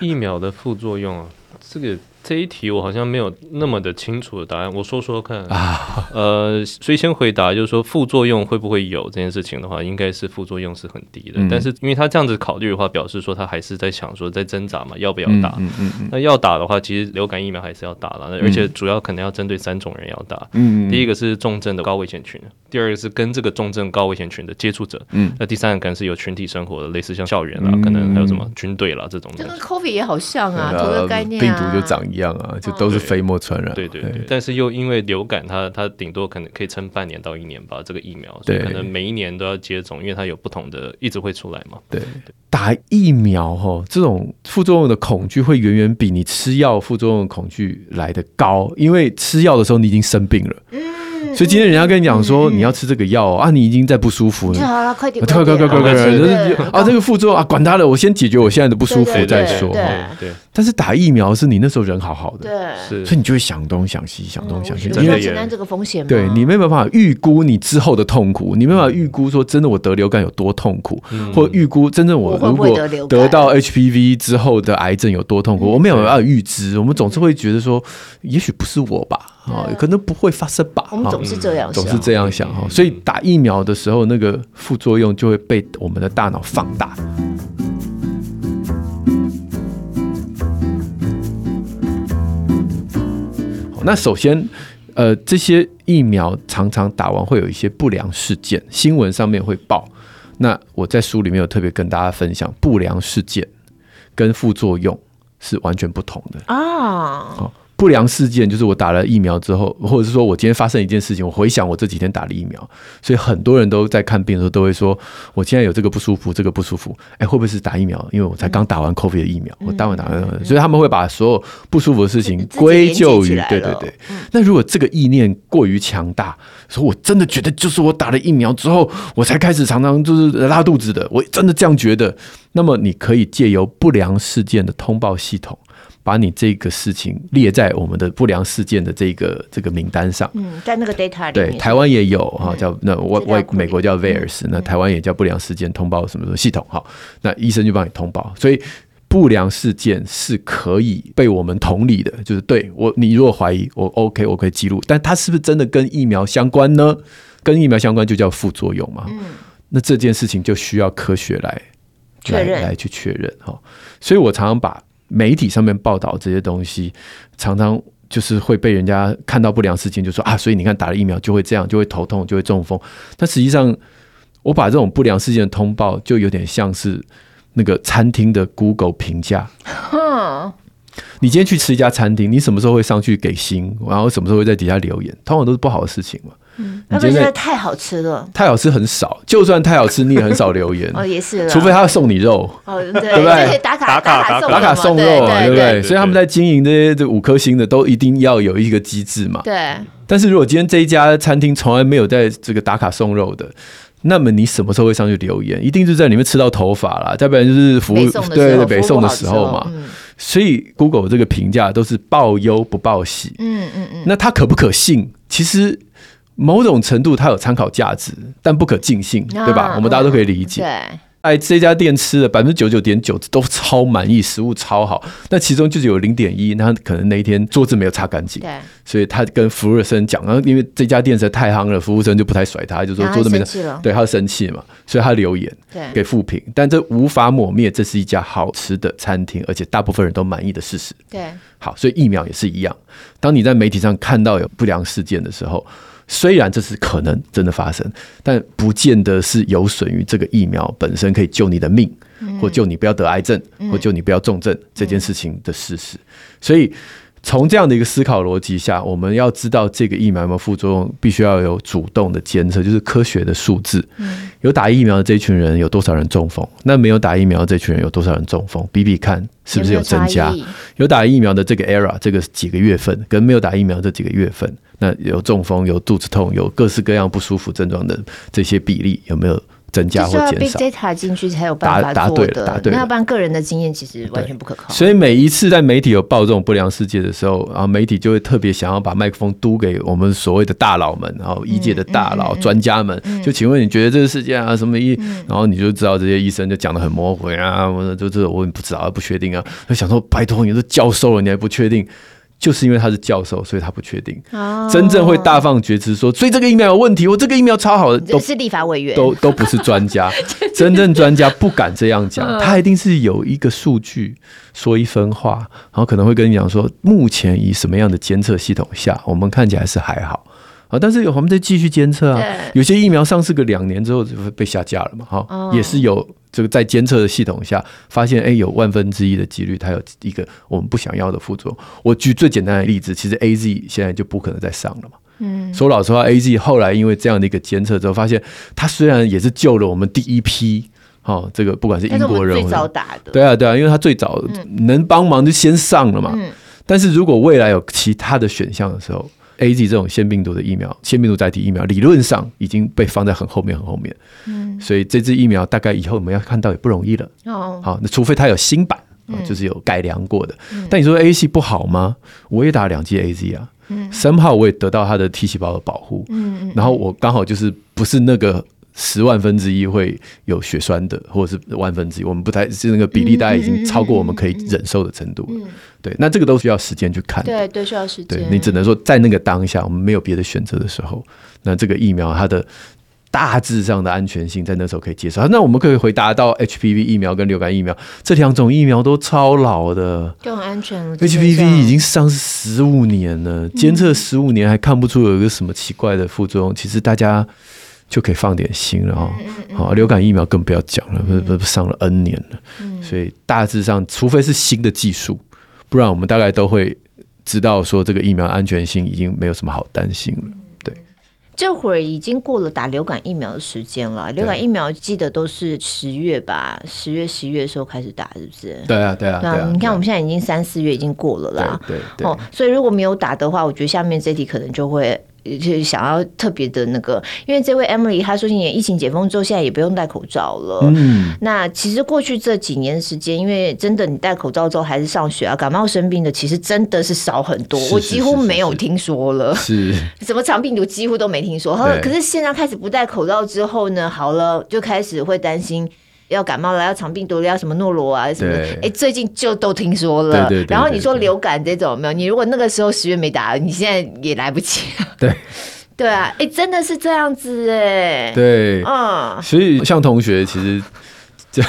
Speaker 3: 疫苗的副作用啊，这个这一题我好像没有那么的清楚的答案，我说说看啊。呃，所以先回答就是说副作用会不会有这件事情的话，应该是副作用是很低的。
Speaker 1: 嗯
Speaker 3: 但是因为他这样子考虑的话，表示说他还是在想说在挣扎嘛，要不要打？
Speaker 1: 嗯嗯嗯
Speaker 3: 那要打的话，其实流感疫苗还是要打了，而且主要可能要针对三种人要打。
Speaker 1: 嗯嗯，
Speaker 3: 第一
Speaker 1: 个
Speaker 3: 个是重症的高危险群，第二个是跟这个重症高危险群的接触者，
Speaker 1: 嗯，
Speaker 3: 那第三个可能是有群体生活的，类似像校园啦，啊
Speaker 1: 嗯
Speaker 3: 可能还有什么军队啦这种
Speaker 2: 这
Speaker 3: 东
Speaker 2: 跟
Speaker 3: 西。
Speaker 2: COVID 也好像啊，同个概
Speaker 1: 呃
Speaker 2: 念、
Speaker 1: 病
Speaker 2: 啊、哦
Speaker 1: 毒就长一样啊，就都是
Speaker 3: 对
Speaker 1: 飞沫传染。
Speaker 3: 对对对，但是又因为流感它，它顶多可能可以撑半年到一年吧，这个疫苗，所以
Speaker 1: 对
Speaker 3: 可能每一年都要接种，因为它有不同的，一直会出来嘛。
Speaker 1: 对，打疫苗哈，这种副作用的恐惧会远远比你吃药副作用的恐惧来得高，因为吃药的时候你已经生病了，
Speaker 2: 嗯，
Speaker 1: 所以今天人家跟你讲说
Speaker 2: 嗯嗯
Speaker 1: 你要吃这个药哦啊，你已经在不舒服
Speaker 2: 嗯就
Speaker 1: 了。
Speaker 2: 好了，快点，
Speaker 1: 快快快快快！
Speaker 3: 对
Speaker 1: 就
Speaker 2: 对
Speaker 1: 是
Speaker 2: 对对
Speaker 1: 啊，这个副作用啊，管他的，我先解决我现在的不舒服
Speaker 2: 对
Speaker 1: 再说。
Speaker 2: 对
Speaker 1: 哈
Speaker 3: 对，
Speaker 1: 但是打疫苗是你那时候人好好的，
Speaker 2: 对，
Speaker 3: 是
Speaker 1: 所以你就会想东想西，想东想西，
Speaker 2: 嗯我需
Speaker 3: 真的
Speaker 1: 因
Speaker 2: 要
Speaker 1: 为
Speaker 3: 耶
Speaker 2: 承担这个风险吗？
Speaker 1: 对你没有办法预估你之后的痛苦，你没有办法预估说真的我得流感有多痛苦，
Speaker 3: 嗯
Speaker 1: 或预估真正我
Speaker 2: 我会
Speaker 1: 如
Speaker 2: 不会
Speaker 1: 果
Speaker 2: 得流感嗯
Speaker 1: 得到 HPV 之后的癌症有多痛苦，我没有办法预知，我们总是会觉得说，也许不是我吧，啊，可能不会发生吧，
Speaker 2: 我们
Speaker 1: 啊
Speaker 2: 总是这样想，
Speaker 1: 总是这样想哈，哦所以打疫苗的时候，那个副作用就会被我们的大脑放大。好那首先，呃，这些疫苗常常打完会有一些不良事件，新闻上面会报。那我在书里面有特别跟大家分享，不良事件跟副作用是完全不同的。
Speaker 2: 啊。
Speaker 1: 哦，不良事件就是我打了疫苗之后，或者是说我今天发生一件事情，我回想我这几天打了疫苗，所以很多人都在看病的时候都会说，我现在有这个不舒服，这个不舒服，哎，会不会是打疫苗？因为我才刚打完 COVID 的疫
Speaker 2: 嗯
Speaker 1: 苗，我打完打完，所以他们会把所有不舒服的事情
Speaker 2: 自己
Speaker 1: 归咎
Speaker 2: 连接起
Speaker 1: 于
Speaker 2: 来，
Speaker 1: 对对
Speaker 2: 了嗯
Speaker 1: 对。那如果这个意念过于强大，说我真的觉得就是我打了疫苗之后，我才开始常常就是拉肚子的，我真的这样觉得，那么你可以借由不良事件的通报系统。把你这个事情列在我们的不良事件的这个这个名单上。
Speaker 2: 嗯，在那个 data 里
Speaker 1: 对，
Speaker 2: 面，
Speaker 1: 台湾也有哈，叫那外
Speaker 2: 资料
Speaker 1: 外
Speaker 2: 库里
Speaker 1: 美国叫嗯 VAERS，那台湾也叫不良事件通报什么什么系统哈，那医生就帮你通报，所以。不良事件是可以被我们同理的，就是对我，你如果怀疑我 OK，我可以记录，但它是不是真的跟疫苗相关呢？跟疫苗相关就叫副作用嘛。那这件事情就需要科学来
Speaker 2: 确
Speaker 1: 来
Speaker 2: 认
Speaker 1: 来去确认哈、所以我常常把媒体上面报道这些东西，常常就是会被人家看到不良事情，就说啊，所以你看打了疫苗就会这样，就会头痛，就会中风。但实际上，我把这种不良事件的通报，就有点像是那个餐厅的 Google 评价。
Speaker 2: 哼，
Speaker 1: 你今天去吃一家餐厅，你什么时候会上去给星，然后什么时候会在底下留言？通常都是不好的事情嘛。
Speaker 2: 那
Speaker 1: 你今
Speaker 2: 不然真
Speaker 1: 天
Speaker 2: 的
Speaker 1: 在
Speaker 2: 太好吃了
Speaker 1: 太好吃很少，就算太好吃，你也很少留言
Speaker 2: [LAUGHS] ，哦，也是了，
Speaker 1: 除非他要送你肉。
Speaker 2: 哦，对，
Speaker 1: 不 [LAUGHS] 对
Speaker 2: 这些打卡
Speaker 3: 打卡
Speaker 2: 卡
Speaker 1: 打卡送
Speaker 2: 送
Speaker 1: 肉
Speaker 2: 嘛
Speaker 1: 啊，对
Speaker 2: 对
Speaker 1: 不
Speaker 2: 对
Speaker 1: 对？所以他们在经营这些这五颗星的，都一定要有一个机制嘛。
Speaker 2: 对，
Speaker 1: 但是如果今天这一家餐厅从来没有在这个打卡送肉的，那么你什么时候会上去留言？一定是在里面吃到头发啦，再不然就是服务
Speaker 2: 北宋的时候，
Speaker 1: 对对
Speaker 2: 服务
Speaker 1: 北宋的时候
Speaker 2: 好
Speaker 1: 嘛。
Speaker 2: 嗯
Speaker 1: 所以 Google 这个评价都是报忧不报喜，
Speaker 2: 嗯嗯嗯，
Speaker 1: 那它可不可信？其实某种程度它有参考价值，但不可尽信，
Speaker 2: 啊
Speaker 1: 对吧？我们大家都可以理解。
Speaker 2: 对，
Speaker 1: 哎，这家店吃的百分之九十九点九都超满意，食物超好，那其中就是有零点一，那可能那一天桌子没有擦干净，
Speaker 2: 对，
Speaker 1: 所以他跟服务生讲，然后因为这家店实在太夯了，服务生就不太甩他，就说
Speaker 2: 然后
Speaker 1: 桌子
Speaker 2: 他
Speaker 1: 没
Speaker 2: 生
Speaker 1: 擦，
Speaker 2: 气了，嗯
Speaker 1: 对，他就生气嘛，所以他留言
Speaker 2: 对，
Speaker 1: 给负评，但这无法抹灭这是一家好吃的餐厅，而且大部分人都满意的事实。
Speaker 2: 对，
Speaker 1: 好，所以疫苗也是一样。当你在媒体上看到有不良事件的时候，虽然这是可能真的发生，但不见得是有损于这个疫苗本身可以救你的命，
Speaker 2: 嗯
Speaker 1: 或救你不要得癌症，或救你不要重症这件事情的事实。所以从这样的一个思考逻辑下，我们要知道这个疫苗有没有副作用，必须要有主动的监测，就是科学的数字。
Speaker 2: 嗯
Speaker 1: 有打疫苗的这群人有多少人中风？那没有打疫苗的这群人有多少人中风？比比看是不是有增加？
Speaker 2: 有没有差异
Speaker 1: 有打疫苗的这个 era 这个几个月份，跟没有打疫苗这几个月份，那有中风、有肚子痛、有各式各样不舒服症状的这些比例有没有增加
Speaker 2: 就是
Speaker 1: 或
Speaker 2: 要
Speaker 1: 减
Speaker 2: big
Speaker 1: 少。
Speaker 2: data 进去才有办
Speaker 1: 答
Speaker 2: 法
Speaker 1: 答
Speaker 2: 做
Speaker 1: 对了答
Speaker 2: 的，
Speaker 1: 对
Speaker 2: 那
Speaker 1: 了
Speaker 2: 要不然个人的经验其实完全不可靠。
Speaker 1: 所以每一次在媒体有报这种不良事件的时候，然后媒体就会特别想要把麦克风嘟给我们所谓的大佬们，然后医界的大
Speaker 2: 嗯
Speaker 1: 佬、专家们，就请问你觉得这个事件啊什么医？然后你就知道这些医生就讲的很模糊啊，我说就这我也不知道，不确定啊。就想说，拜托你都教授了，你还不确定？就是因为他是教授，所以他不确定。
Speaker 2: 哦
Speaker 1: 真正会大放厥词说，所以这个疫苗有问题，我这个疫苗超好的，都
Speaker 2: 是立法委员，
Speaker 1: 都都不是专
Speaker 2: [LAUGHS]
Speaker 1: 家，真正专家不敢这样
Speaker 2: 嗯
Speaker 1: 讲，他一定是有一个数据说一分话，然后可能会跟你讲说，目前以什么样的监测系统下，我们看起来是还好。啊，但是我们再继续监测啊
Speaker 2: 对，
Speaker 1: 有些疫苗上市个两年之后就会被下架了嘛，哈、
Speaker 2: 哦
Speaker 1: 也是有这个在监测的系统下发现，哎、有万分之一的几率它有一个我们不想要的副作用。我举最简单的例子，其实 A Z 现在就不可能再上了嘛，
Speaker 2: 嗯，
Speaker 1: 说老实话，A Z 后来因为这样的一个监测之后，发现它虽然也是救了我们第一批，哦，这个不管是英
Speaker 2: 但是我
Speaker 1: 国
Speaker 2: 们
Speaker 1: 人
Speaker 2: 最
Speaker 1: 或
Speaker 2: 早
Speaker 1: 者，
Speaker 2: 打的，
Speaker 1: 对啊对啊，因为它最早能帮忙就先上了嘛。
Speaker 2: 嗯
Speaker 1: 但是如果未来有其他的选项的时候，A Z 这种腺病毒的疫苗，腺病毒载体疫苗理论上已经被放在很后面很后面，
Speaker 2: 嗯，
Speaker 1: 所以这支疫苗大概以后我们要看到也不容易了。
Speaker 2: 哦，嗯
Speaker 1: 好，那除非它有新版，啊就是有改良过的。但你说 A C 不好吗？我也打两剂 A Z 啊，
Speaker 2: 嗯
Speaker 1: 生怕我也得到它的 T 细胞的保护，
Speaker 2: 嗯嗯
Speaker 1: 然后我刚好就是不是那个。十万分之一会有血栓的，或者是万分之一，我们不太是那个
Speaker 2: 嗯
Speaker 1: 比例，大概已经超过我们可以忍受的程度了。对，那这个都需要时间去看的。
Speaker 2: 对啊对，需要时
Speaker 1: 对
Speaker 2: 间，
Speaker 1: 你只能说在那个当下，我们没有别的选择的时候，那这个疫苗它的大致上的安全性在那时候可以接受。那我们可以回答到 HPV 疫苗跟流感疫苗这两种疫苗都超老的。
Speaker 2: 就很安全了。
Speaker 1: HPV 已经上市十五年了，
Speaker 2: 嗯
Speaker 1: 监测十五年还看不出有一个什么奇怪的副作用，其实大家就可以放点心了
Speaker 2: 嗯
Speaker 1: 哈、好，流感疫苗更不要讲了，不不不上了 N 年了，
Speaker 2: 嗯
Speaker 1: 所以大致上，除非是新的技术，不然我们大概都会知道说这个疫苗安全性已经没有什么好担心了。
Speaker 2: 嗯这会儿已经过了打流感疫苗的时间了，流感疫苗记得都是十月吧，十月、十一月的时候开始打，是不是？
Speaker 1: 对啊，对啊，
Speaker 2: 对啊，你看我们现在已经三四月已经过了啦。
Speaker 1: 对对
Speaker 2: 哦，所以如果没有打的话，我觉得下面这题可能就会呃就是想要特别的那个，因为这位 Emily 她说，你疫情解封之后，现在也不用戴口罩了。
Speaker 1: 嗯，
Speaker 2: 那其实过去这几年时间，因为真的你戴口罩之后还是上学啊，感冒生病的其实真的是少很多，
Speaker 1: 是是
Speaker 2: 我几乎
Speaker 1: 是是
Speaker 2: 没有
Speaker 1: 是
Speaker 2: 听说了。
Speaker 1: 是
Speaker 2: 什么长病毒几乎都没听说。后
Speaker 1: 对
Speaker 2: 可是现在开始不戴口罩之后呢，好了就开始会担心。要感冒了，要长病毒了，要什么诺罗啊什么的
Speaker 1: 对，
Speaker 2: 哎，最近就都听说了。
Speaker 1: 对对对
Speaker 2: 然后你
Speaker 1: 对
Speaker 2: 说
Speaker 1: 对
Speaker 2: 流感这种有没有，你如果那个时候十月没打，你现在也来不及。
Speaker 1: [LAUGHS] 对
Speaker 2: 对啊，哎，真的是这样子哎。，
Speaker 1: 对，
Speaker 2: 嗯，
Speaker 1: 所以像同学其实这。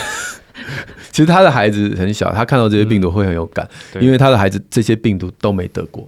Speaker 1: [LAUGHS] 其实他的孩子很小，他看到这些病毒会很有感，
Speaker 3: 对
Speaker 1: 因为他的孩子这些病毒都没得过，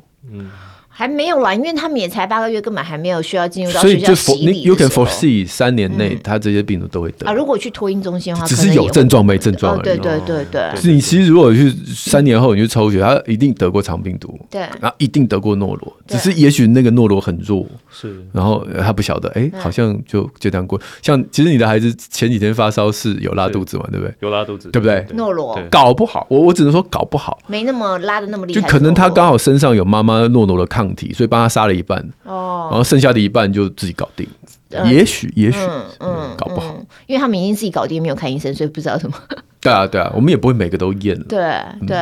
Speaker 2: 还没有啦，因为他们也才八个月，根本还没有需要进入到
Speaker 1: 所以
Speaker 2: 学校
Speaker 1: 就 for
Speaker 2: 洗
Speaker 1: 你
Speaker 2: 礼
Speaker 1: you
Speaker 2: 的
Speaker 1: can
Speaker 2: 时候嗯
Speaker 1: foresee 三年内他这些病毒都会得
Speaker 2: 啊。，如果去托婴中心的话，
Speaker 1: 只
Speaker 2: 可能
Speaker 1: 是
Speaker 2: 也
Speaker 1: 有
Speaker 2: 会
Speaker 1: 症状没症状
Speaker 2: 哦，
Speaker 1: 而
Speaker 2: 对
Speaker 1: 已。
Speaker 2: 对对对
Speaker 1: 是你其实如果去三年后你去抽血，他一定得过肠病毒，
Speaker 2: 对
Speaker 1: 然后一定得过诺罗，
Speaker 2: 对
Speaker 1: 只是也许那个诺罗很弱，
Speaker 3: 是
Speaker 1: 然后呃他不晓得，哎，好像就就这样过。像其实你的孩子前几天发烧是有拉肚子嘛，对不对？
Speaker 3: 有拉肚子，
Speaker 1: 对不对
Speaker 2: 诺罗
Speaker 3: 对
Speaker 1: 搞不好，我我只能说搞不好，
Speaker 2: 没那么拉的那么厉
Speaker 1: 就
Speaker 2: 害。
Speaker 1: 可能他刚好身上有妈妈诺罗的抗体，所以帮他杀了一半，
Speaker 2: 哦
Speaker 1: 然，后剩下的一半就自己搞定。
Speaker 2: 呃
Speaker 1: 也许也许
Speaker 2: 嗯嗯，
Speaker 1: 搞不好。
Speaker 2: 嗯，因为他们已经自己搞定，没有看医生，所以不知道什么。
Speaker 1: 对啊对啊，我们也不会每个都验啊了。
Speaker 2: 对
Speaker 1: 嗯
Speaker 2: 对，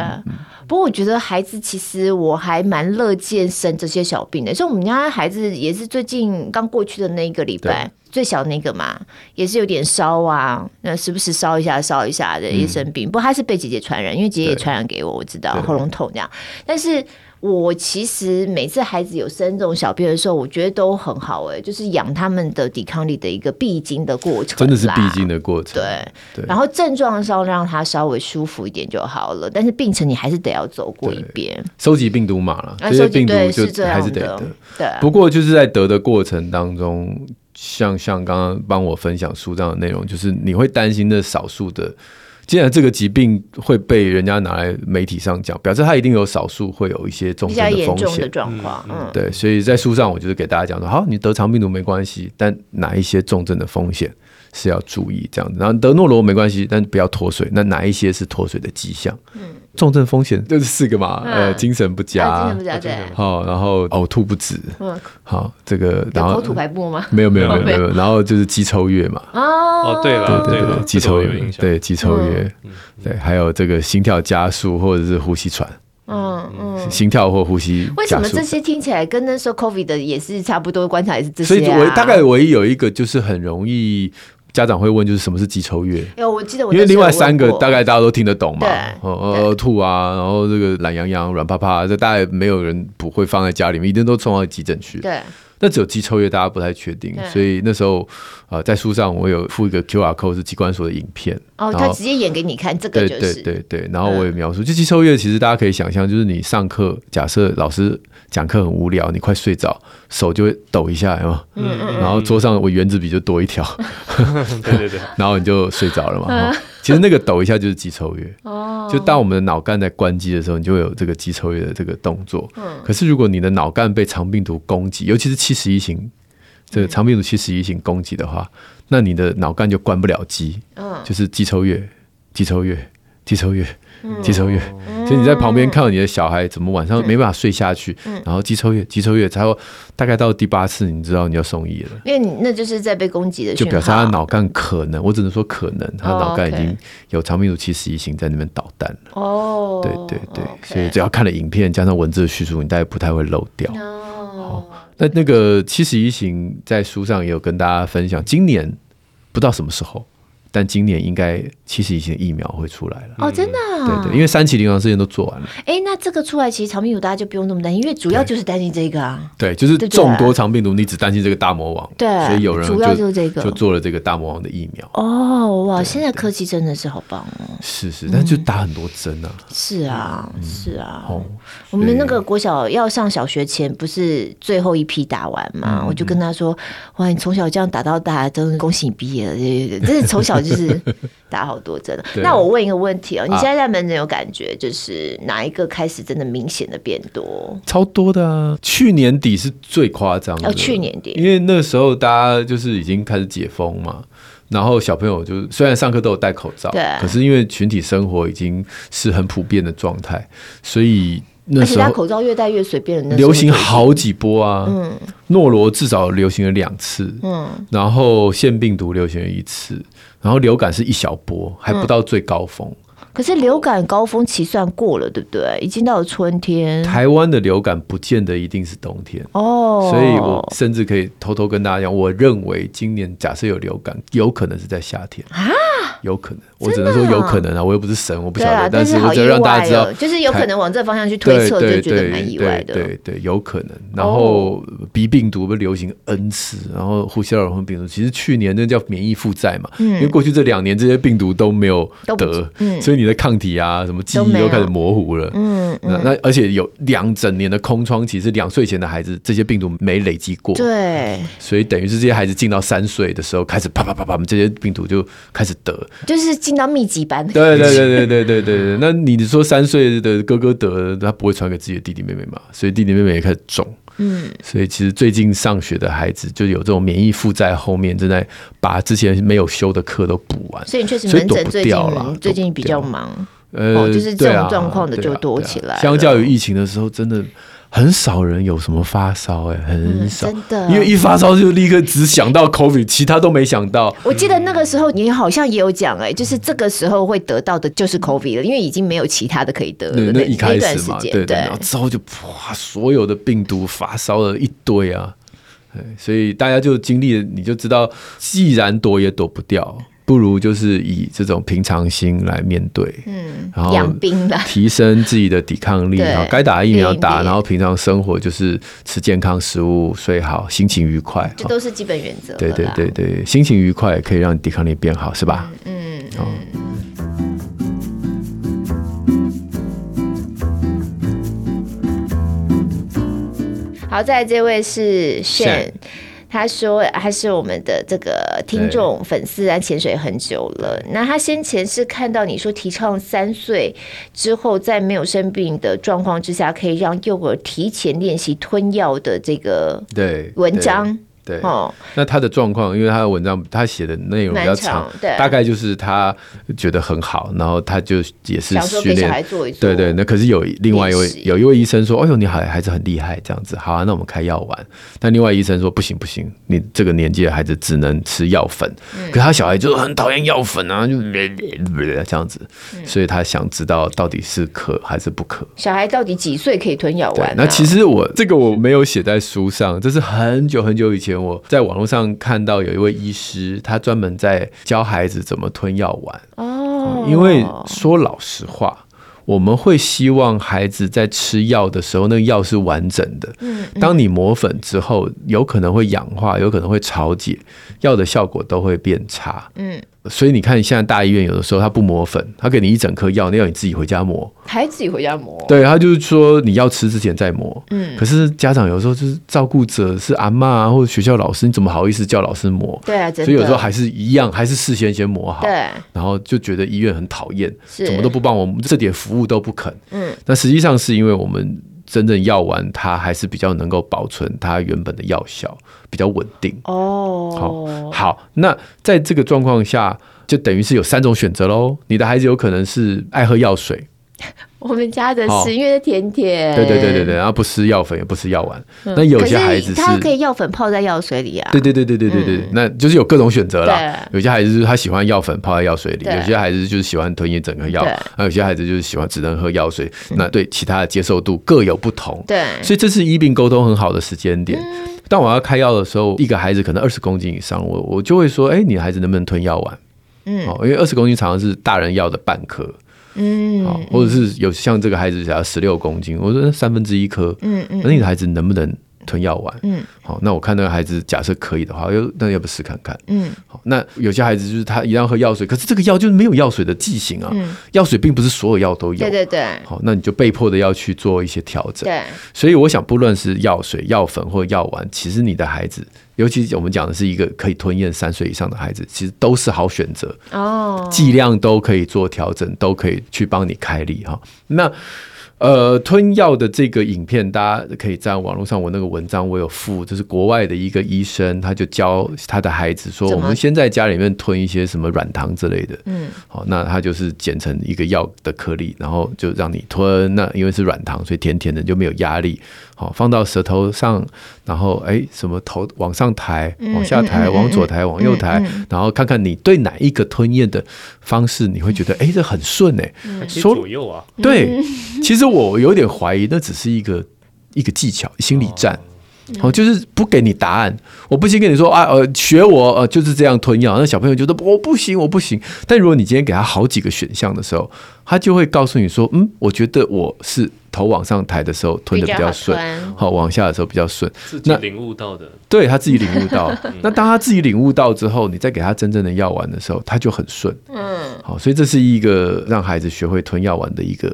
Speaker 2: 不过我觉得孩子其实我还蛮乐见生这些小病的，像我们家孩子也是最近刚过去的那一个礼拜。最小那个嘛，也是有点烧啊，那时不时烧一下烧一下的，也生病。不过他是被姐姐传染，因为姐姐也
Speaker 1: 嗯对
Speaker 2: 传染给我，我知道
Speaker 1: 对
Speaker 2: 喉咙痛那样。但是我其实每次孩子有生这种小病的时候，我觉得都很好哎、就是养他们的抵抗力的一个必经的过程啦，
Speaker 1: 真的是必经的过程。
Speaker 2: 对，
Speaker 1: 对
Speaker 2: 然后症状的时候让他稍微舒服一点就好了，但是病程你还是得要走过一遍。
Speaker 1: 收集病毒码了，
Speaker 2: 啊
Speaker 1: 这些
Speaker 2: 收集
Speaker 1: 病毒
Speaker 2: 对是这
Speaker 1: 就
Speaker 2: 样
Speaker 1: 还是得
Speaker 2: 的
Speaker 1: 得。
Speaker 2: 对，啊
Speaker 1: 不过就是在得的过程当中，像像刚刚帮我分享书上的内容，就是你会担心那少数的。既然这个疾病会被人家拿来媒体上讲，表示它一定有少数会有一些重
Speaker 2: 比较
Speaker 1: 症
Speaker 2: 严
Speaker 1: 风
Speaker 2: 重的
Speaker 1: 险。
Speaker 2: 状况，嗯，
Speaker 1: 对，所以在书上我就是给大家讲说，好，你得肠病毒没关系，但哪一些重症的风险是要注意这样子。然后得诺罗没关系，但不要脱水。那哪一些是脱水的迹象？嗯，重症风险就是四个嘛，
Speaker 2: 嗯
Speaker 1: 呃，精神不
Speaker 2: 啊，
Speaker 1: 佳
Speaker 2: 精神不，佳对，
Speaker 1: 好，然后呕吐不止，
Speaker 2: 嗯，
Speaker 1: 好，这个然
Speaker 2: 有
Speaker 1: 后
Speaker 2: 口吐白沫
Speaker 1: [LAUGHS]
Speaker 2: 吗？
Speaker 1: 没有没有没有没
Speaker 2: 没
Speaker 1: 有，然后就是肌抽跃嘛，
Speaker 2: 哦
Speaker 3: 哦对了啊
Speaker 1: 对
Speaker 3: 了
Speaker 1: 对，肌
Speaker 3: 这个
Speaker 1: 抽
Speaker 3: 我有
Speaker 1: 跃
Speaker 3: 印，象
Speaker 1: 对肌抽跃，
Speaker 2: 嗯
Speaker 1: 对，还有这个心跳加速或者是呼吸喘，
Speaker 2: 嗯嗯。
Speaker 1: 心跳或呼吸
Speaker 2: 为什
Speaker 1: 加
Speaker 2: 么
Speaker 1: 速
Speaker 2: 这。些听起来跟那时候 COVID 的也是差不多？观察也是这些、
Speaker 1: 所
Speaker 2: 啊。
Speaker 1: 以我大概唯一有一个就是很容易家长会问，就是什么是肌抽跃。
Speaker 2: 哎、我记得我
Speaker 1: 因为另外三
Speaker 2: 那
Speaker 1: 个
Speaker 2: 时候有问过
Speaker 1: 大概大家都听得懂嘛
Speaker 2: 对，
Speaker 1: 哦，呃，吐啊，然后这个懒洋洋、软趴趴，这大概没有人不会放在家里面，一定都送到急诊去。
Speaker 2: 对，
Speaker 1: 那只有肌抽液大家不太确定
Speaker 2: 对，
Speaker 1: 所以那时候呃，在书上我有附一个 QR code 是机关所的影片，
Speaker 2: 哦，
Speaker 1: 然
Speaker 2: 他
Speaker 1: 后
Speaker 2: 直接演给你看，这个
Speaker 1: 对
Speaker 2: 就
Speaker 1: 对
Speaker 2: 是嗯
Speaker 1: 对对，然后我也描述，就肌抽液其实大家可以想象，就是你上课，假设老师讲课很无聊，你快睡着，手就会抖一下，有吗？
Speaker 2: 嗯嗯
Speaker 1: 然后桌上我原子笔就多一条， [LAUGHS]
Speaker 3: 对对对，
Speaker 1: 然后你就睡着了嘛。
Speaker 2: 嗯
Speaker 1: 哈其实那个抖一下就是肌抽液。
Speaker 2: 哦，
Speaker 1: 就当我们的脑干在关机的时候，你就会有这个肌抽液的这个动作。
Speaker 2: 嗯
Speaker 1: 可是如果你的脑干被肠病毒攻击，尤其是七十一型
Speaker 2: 嗯
Speaker 1: 这个肠病毒七十一型攻击的话，那你的脑干就关不了机，
Speaker 2: 嗯
Speaker 1: 就是肌抽液、肌抽液、肌抽液、
Speaker 2: 嗯
Speaker 1: 肌抽液。所以你在旁边看到你的小孩怎么晚上没办法睡下去，
Speaker 2: 嗯
Speaker 1: 然后肌抽液、肌抽液，才会大概到第八次，你知道你要送医了。
Speaker 2: 因为你那就是在被攻击的
Speaker 1: 就
Speaker 2: 讯号，
Speaker 1: 表示他的脑干可能，我只能说可能，他的
Speaker 2: 哦
Speaker 1: 脑干已
Speaker 2: OK
Speaker 1: 经有肠病毒七十一型在那边捣蛋了。
Speaker 2: 哦，
Speaker 1: 对对对
Speaker 2: OK
Speaker 1: 所以只要看了影片加上文字的叙述，你大概不太会漏掉。
Speaker 2: 哦，
Speaker 1: 那那个七十一型在书上也有跟大家分享，今年不知道什么时候，但今年应该七十一型的疫苗会出来了。
Speaker 2: 哦，真的、啊，
Speaker 1: 对对，因为三期临床试验都做完了，
Speaker 2: 哎、那这个出来其实长命乳大家就不用那么担心，因为主要就是担心这个啊。
Speaker 1: 对，就是
Speaker 2: 对对
Speaker 1: 众多肠病毒，你只担心这个大魔王，
Speaker 2: 对
Speaker 1: 所以有人
Speaker 2: 主要就是这个
Speaker 1: 就做了这个大魔王的疫苗，
Speaker 2: 哦，哇！现在科技真的是好棒哦。
Speaker 1: 是是，但就打很多针啊，
Speaker 2: 是啊，是啊。
Speaker 1: 哦，
Speaker 2: 我们那个国小要上小学前，不是最后一批打完嘛？我就跟他说：“哇，你从小这样打到大，真的恭喜你毕业了。对”对对真是从小就是 [LAUGHS] 打好多针了。
Speaker 1: 对
Speaker 2: 那我问一个问题哦，你现在在门诊有感觉，就是哪一个开始真的明显的变多？
Speaker 1: 超多的啊！去年底是最夸张的，
Speaker 2: 哦去年底
Speaker 1: 因为那时候大家就是已经开始解封嘛，然后小朋友就虽然上课都有戴口罩，
Speaker 2: 对
Speaker 1: 可是因为群体生活已经是很普遍的状态，所以那
Speaker 2: 而且
Speaker 1: 时
Speaker 2: 他
Speaker 1: 候
Speaker 2: 口罩越戴越随便了，那时候
Speaker 1: 流行
Speaker 2: 就已经
Speaker 1: 好几波啊，诺罗至少流行了两次，
Speaker 2: 嗯
Speaker 1: 然后腺病毒流行了一次，然后流感是一小波，还不到最高峰。
Speaker 2: 可是流感高峰期算过了，对不对？已经到了春天
Speaker 1: 台湾的流感不见得一定是冬天。
Speaker 2: 哦，
Speaker 1: 所以我甚至可以偷偷跟大家讲，我认为今年假设有流感，有可能是在夏天啊，有可能，我只能说有可能啊，我又不是神，我不晓
Speaker 2: 哦对
Speaker 1: 得，
Speaker 2: 啊，
Speaker 1: 但
Speaker 2: 是
Speaker 1: 我
Speaker 2: 好
Speaker 1: 只
Speaker 2: 意
Speaker 1: 能让大家
Speaker 2: 外
Speaker 1: 知道
Speaker 2: 哦，。就是有可能往这方向去推
Speaker 1: 对
Speaker 2: 测，
Speaker 1: 对
Speaker 2: 就觉得
Speaker 1: 对
Speaker 2: 蛮意外
Speaker 1: 对
Speaker 2: 的。哦
Speaker 1: 对对，有可能。然后鼻病毒不是流行 N 次，然后呼吸道融合病毒，其实去年那叫免疫负债嘛，因为过去这两年这些病毒都没有
Speaker 2: 嗯都不
Speaker 1: 得，
Speaker 2: 嗯
Speaker 1: 所以你的抗体啊，什么记
Speaker 2: 都
Speaker 1: 忆
Speaker 2: 没
Speaker 1: 都
Speaker 2: 有
Speaker 1: 开始模糊了。
Speaker 2: 嗯，
Speaker 1: 那那而且有两整年的空窗期，是两岁前的孩子这些病毒没累积过，
Speaker 2: 对，
Speaker 1: 所以等于是这些孩子进到三岁的时候，开始啪啪啪啪，我们这些病毒就开始得。
Speaker 2: 就是进到密集班。
Speaker 1: 对对对对对对对对。 [LAUGHS] 那你说三岁的哥哥得，他不会传给自己的弟弟妹妹嘛？所以弟弟妹妹也开始中。嗯，所以其实最近上学的孩子就有这种免疫负债，后面正在把之前没有修的课都补完。
Speaker 2: 所以确实
Speaker 1: 所以
Speaker 2: 门
Speaker 1: 躲
Speaker 2: 诊
Speaker 1: 不
Speaker 2: 最
Speaker 1: 掉啦
Speaker 2: 近最
Speaker 1: 躲
Speaker 2: 近
Speaker 1: 不
Speaker 2: 比较
Speaker 1: 掉
Speaker 2: 忙，
Speaker 1: 呃
Speaker 2: 哦就是这
Speaker 1: 对啊
Speaker 2: 种状况的
Speaker 1: 对啊
Speaker 2: 就多
Speaker 1: 对啊
Speaker 2: 起来了
Speaker 1: 相较于疫情的时候，真的很少人有什么发烧、哎，很少、
Speaker 2: 嗯真的
Speaker 1: 因为一发烧就立刻只想到 COVID，其他都没想到。
Speaker 2: 我记得那个时候你好像也有讲哎、就是这个时候会得到的就是 COVID 了，因为已经没有其他的可以得了。
Speaker 1: 对，那
Speaker 2: 那
Speaker 1: 一开
Speaker 2: 段
Speaker 1: 始
Speaker 2: 时
Speaker 1: 嘛，
Speaker 2: 间
Speaker 1: 对然后之后就哇，所有的病毒发烧了一堆啊，对所以大家就经历了，你就知道，既然躲也躲不掉，不如就是以这种平常心来面对，嗯，然后
Speaker 2: 养兵了。
Speaker 1: 提升自己的抵抗力，
Speaker 2: [LAUGHS] 对
Speaker 1: 然后该打的疫苗
Speaker 2: 运
Speaker 1: 打，
Speaker 2: 力
Speaker 1: 然后平常生活就是吃健康食物，睡好，心情愉快。
Speaker 2: 这
Speaker 1: 哦
Speaker 2: 都是基本原则了啦。
Speaker 1: 对对对对，心情愉快可以让抵抗力变好，是吧？
Speaker 2: 嗯，
Speaker 1: 哦
Speaker 2: 好，再来这位是
Speaker 1: Shen
Speaker 2: Shen。他说他是我们的这个听众粉丝啊，潜水很久了。那他先前是看到你说提倡三岁之后，在没有生病的状况之下，可以让幼儿提前练习吞药的这个
Speaker 1: 对，
Speaker 2: 文
Speaker 1: 对
Speaker 2: 章，
Speaker 1: 对，
Speaker 2: 哦，
Speaker 1: 那他的状况，因为他的文章他写的内容比较长，
Speaker 2: 蛮长，对，
Speaker 1: 大概就是他觉得很好，然后他就也是
Speaker 2: 想说
Speaker 1: 训
Speaker 2: 给小
Speaker 1: 练
Speaker 2: 孩做一做，
Speaker 1: 对对，那可是有另外一位
Speaker 2: 练习
Speaker 1: 有一位医生说：“哎呦，你孩孩子很厉害，这样子好啊，那我们开药丸。”但另外医生说：“不行不行，你这个年纪的孩子只能吃药粉。
Speaker 2: 嗯
Speaker 1: 可他小孩就很讨厌药粉啊，就呃这样子，
Speaker 2: 嗯
Speaker 1: 所以他想知道到底是可还是不可。
Speaker 2: 小孩到底几岁可以吞药
Speaker 1: 对
Speaker 2: 丸啊？，
Speaker 1: 那其实我这个我没有写在书上，这是很久很久以前我在网络上看到有一位医师，他专门在教孩子怎么吞药丸。
Speaker 2: 哦，
Speaker 1: 因为说老实话，我们会希望孩子在吃药的时候，那个药是完整的。
Speaker 2: 嗯
Speaker 1: 当你磨粉之后，有可能会氧化，有可能会潮解，药的效果都会变差。
Speaker 2: 嗯，
Speaker 1: 所以你看，现在大医院有的时候他不磨粉，他给你一整颗药，那要你自己回家磨。
Speaker 2: 还自己回家磨，
Speaker 1: 对，他就是说你要吃之前再磨。
Speaker 2: 嗯
Speaker 1: 可是家长有时候就是照顾者是阿嬷啊，或者学校老师，你怎么好意思叫老师磨？
Speaker 2: 对啊，真的，
Speaker 1: 所以有时候还是一样，还是事先先磨好。
Speaker 2: 对
Speaker 1: 然后就觉得医院很讨厌，
Speaker 2: 是
Speaker 1: 怎么都不帮我们，这点服务都不肯。
Speaker 2: 嗯，
Speaker 1: 那实际上是因为我们真正药丸它还是比较能够保存它原本的药效，比较稳定。
Speaker 2: 哦，
Speaker 1: 好，那在这个状况下，就等于是有三种选择喽。你的孩子有可能是爱喝药水，
Speaker 2: 我们家的
Speaker 1: 好
Speaker 2: 是因为甜甜，
Speaker 1: 对对对对对，然后不吃药粉也不吃药丸。
Speaker 2: 嗯
Speaker 1: 那有些孩子
Speaker 2: 可他可以药粉泡在药水里啊，
Speaker 1: 对对对对对对对，那就是有各种选择啦。
Speaker 2: 对
Speaker 1: 有些孩子就是他喜欢药粉泡在药水里，
Speaker 2: 对
Speaker 1: 有些孩子就是喜欢吞一整个药
Speaker 2: 对，嗯
Speaker 1: 那有些孩子就是喜欢只能喝药水。那对其他的接受度各有不同，
Speaker 2: 对嗯
Speaker 1: 所以这是医病沟通很好的时间点。当我要开药的时候，一个孩子可能二十公斤以上，我我就会说，哎，你的孩子能不能吞药丸？
Speaker 2: 嗯
Speaker 1: 哦，因为二十公斤常常是大人药的半颗，
Speaker 2: 嗯
Speaker 1: 哦，或者是有像这个孩子只要十六公斤，我说那三分之一颗，
Speaker 2: 嗯嗯
Speaker 1: 那你的孩子能不能吞药丸？
Speaker 2: 嗯
Speaker 1: 好，那我看那个孩子，假设可以的话，又那要不试看看？
Speaker 2: 嗯
Speaker 1: 好，那有些孩子就是他一样喝药水，可是这个药就是没有药水的剂型啊，药水并不是所有药都有。
Speaker 2: 嗯对对对
Speaker 1: 好，那你就被迫的要去做一些调整。
Speaker 2: 对，
Speaker 1: 所以我想，不论是药水、药粉或药丸，其实你的孩子，尤其我们讲的是一个可以吞咽三岁以上的孩子，其实都是好选择。
Speaker 2: 哦，
Speaker 1: 剂量都可以做调整，都可以去帮你开立哈。那呃，吞药的这个影片，大家可以在网络上我那个文章我有附，就是国外的一个医生，他就教他的孩子说，
Speaker 2: 怎
Speaker 1: 我
Speaker 2: 么
Speaker 1: 们先在家里面吞一些什么软糖之类的，
Speaker 2: 嗯，
Speaker 1: 好，那他就是剪成一个药的颗粒，然后就让你吞。那因为是软糖，所以甜甜的就没有压力。好，放到舌头上，然后哎，什么头往上抬，往下抬，
Speaker 2: 嗯嗯嗯嗯
Speaker 1: 往左抬，往右抬，然后看看你对哪一个吞咽的方式，你会觉得哎，这很顺哎、
Speaker 2: 嗯
Speaker 1: 说
Speaker 3: 左右啊，
Speaker 1: 对，其实我有点怀疑，那只是一个一个技巧，心理战。哦，就是不给你答案，我不行跟你说啊，呃，学我呃就是这样吞药，那小朋友觉得我不行，我不行。但如果你今天给他好几个选项的时候，他就会告诉你说，嗯，我觉得我是头往上抬的时候吞的比较顺
Speaker 2: 比较好，吞
Speaker 1: 好、往下的时候比较顺。
Speaker 3: 自己
Speaker 1: 那
Speaker 3: 领悟到的，
Speaker 1: 对他自己领悟
Speaker 2: [LAUGHS]
Speaker 1: 到，
Speaker 2: 嗯
Speaker 1: 那当他自己领悟到之后，你再给他真正的药丸的时候，他就很顺。
Speaker 2: 嗯
Speaker 1: 好，所以这是一个让孩子学会吞药丸的一个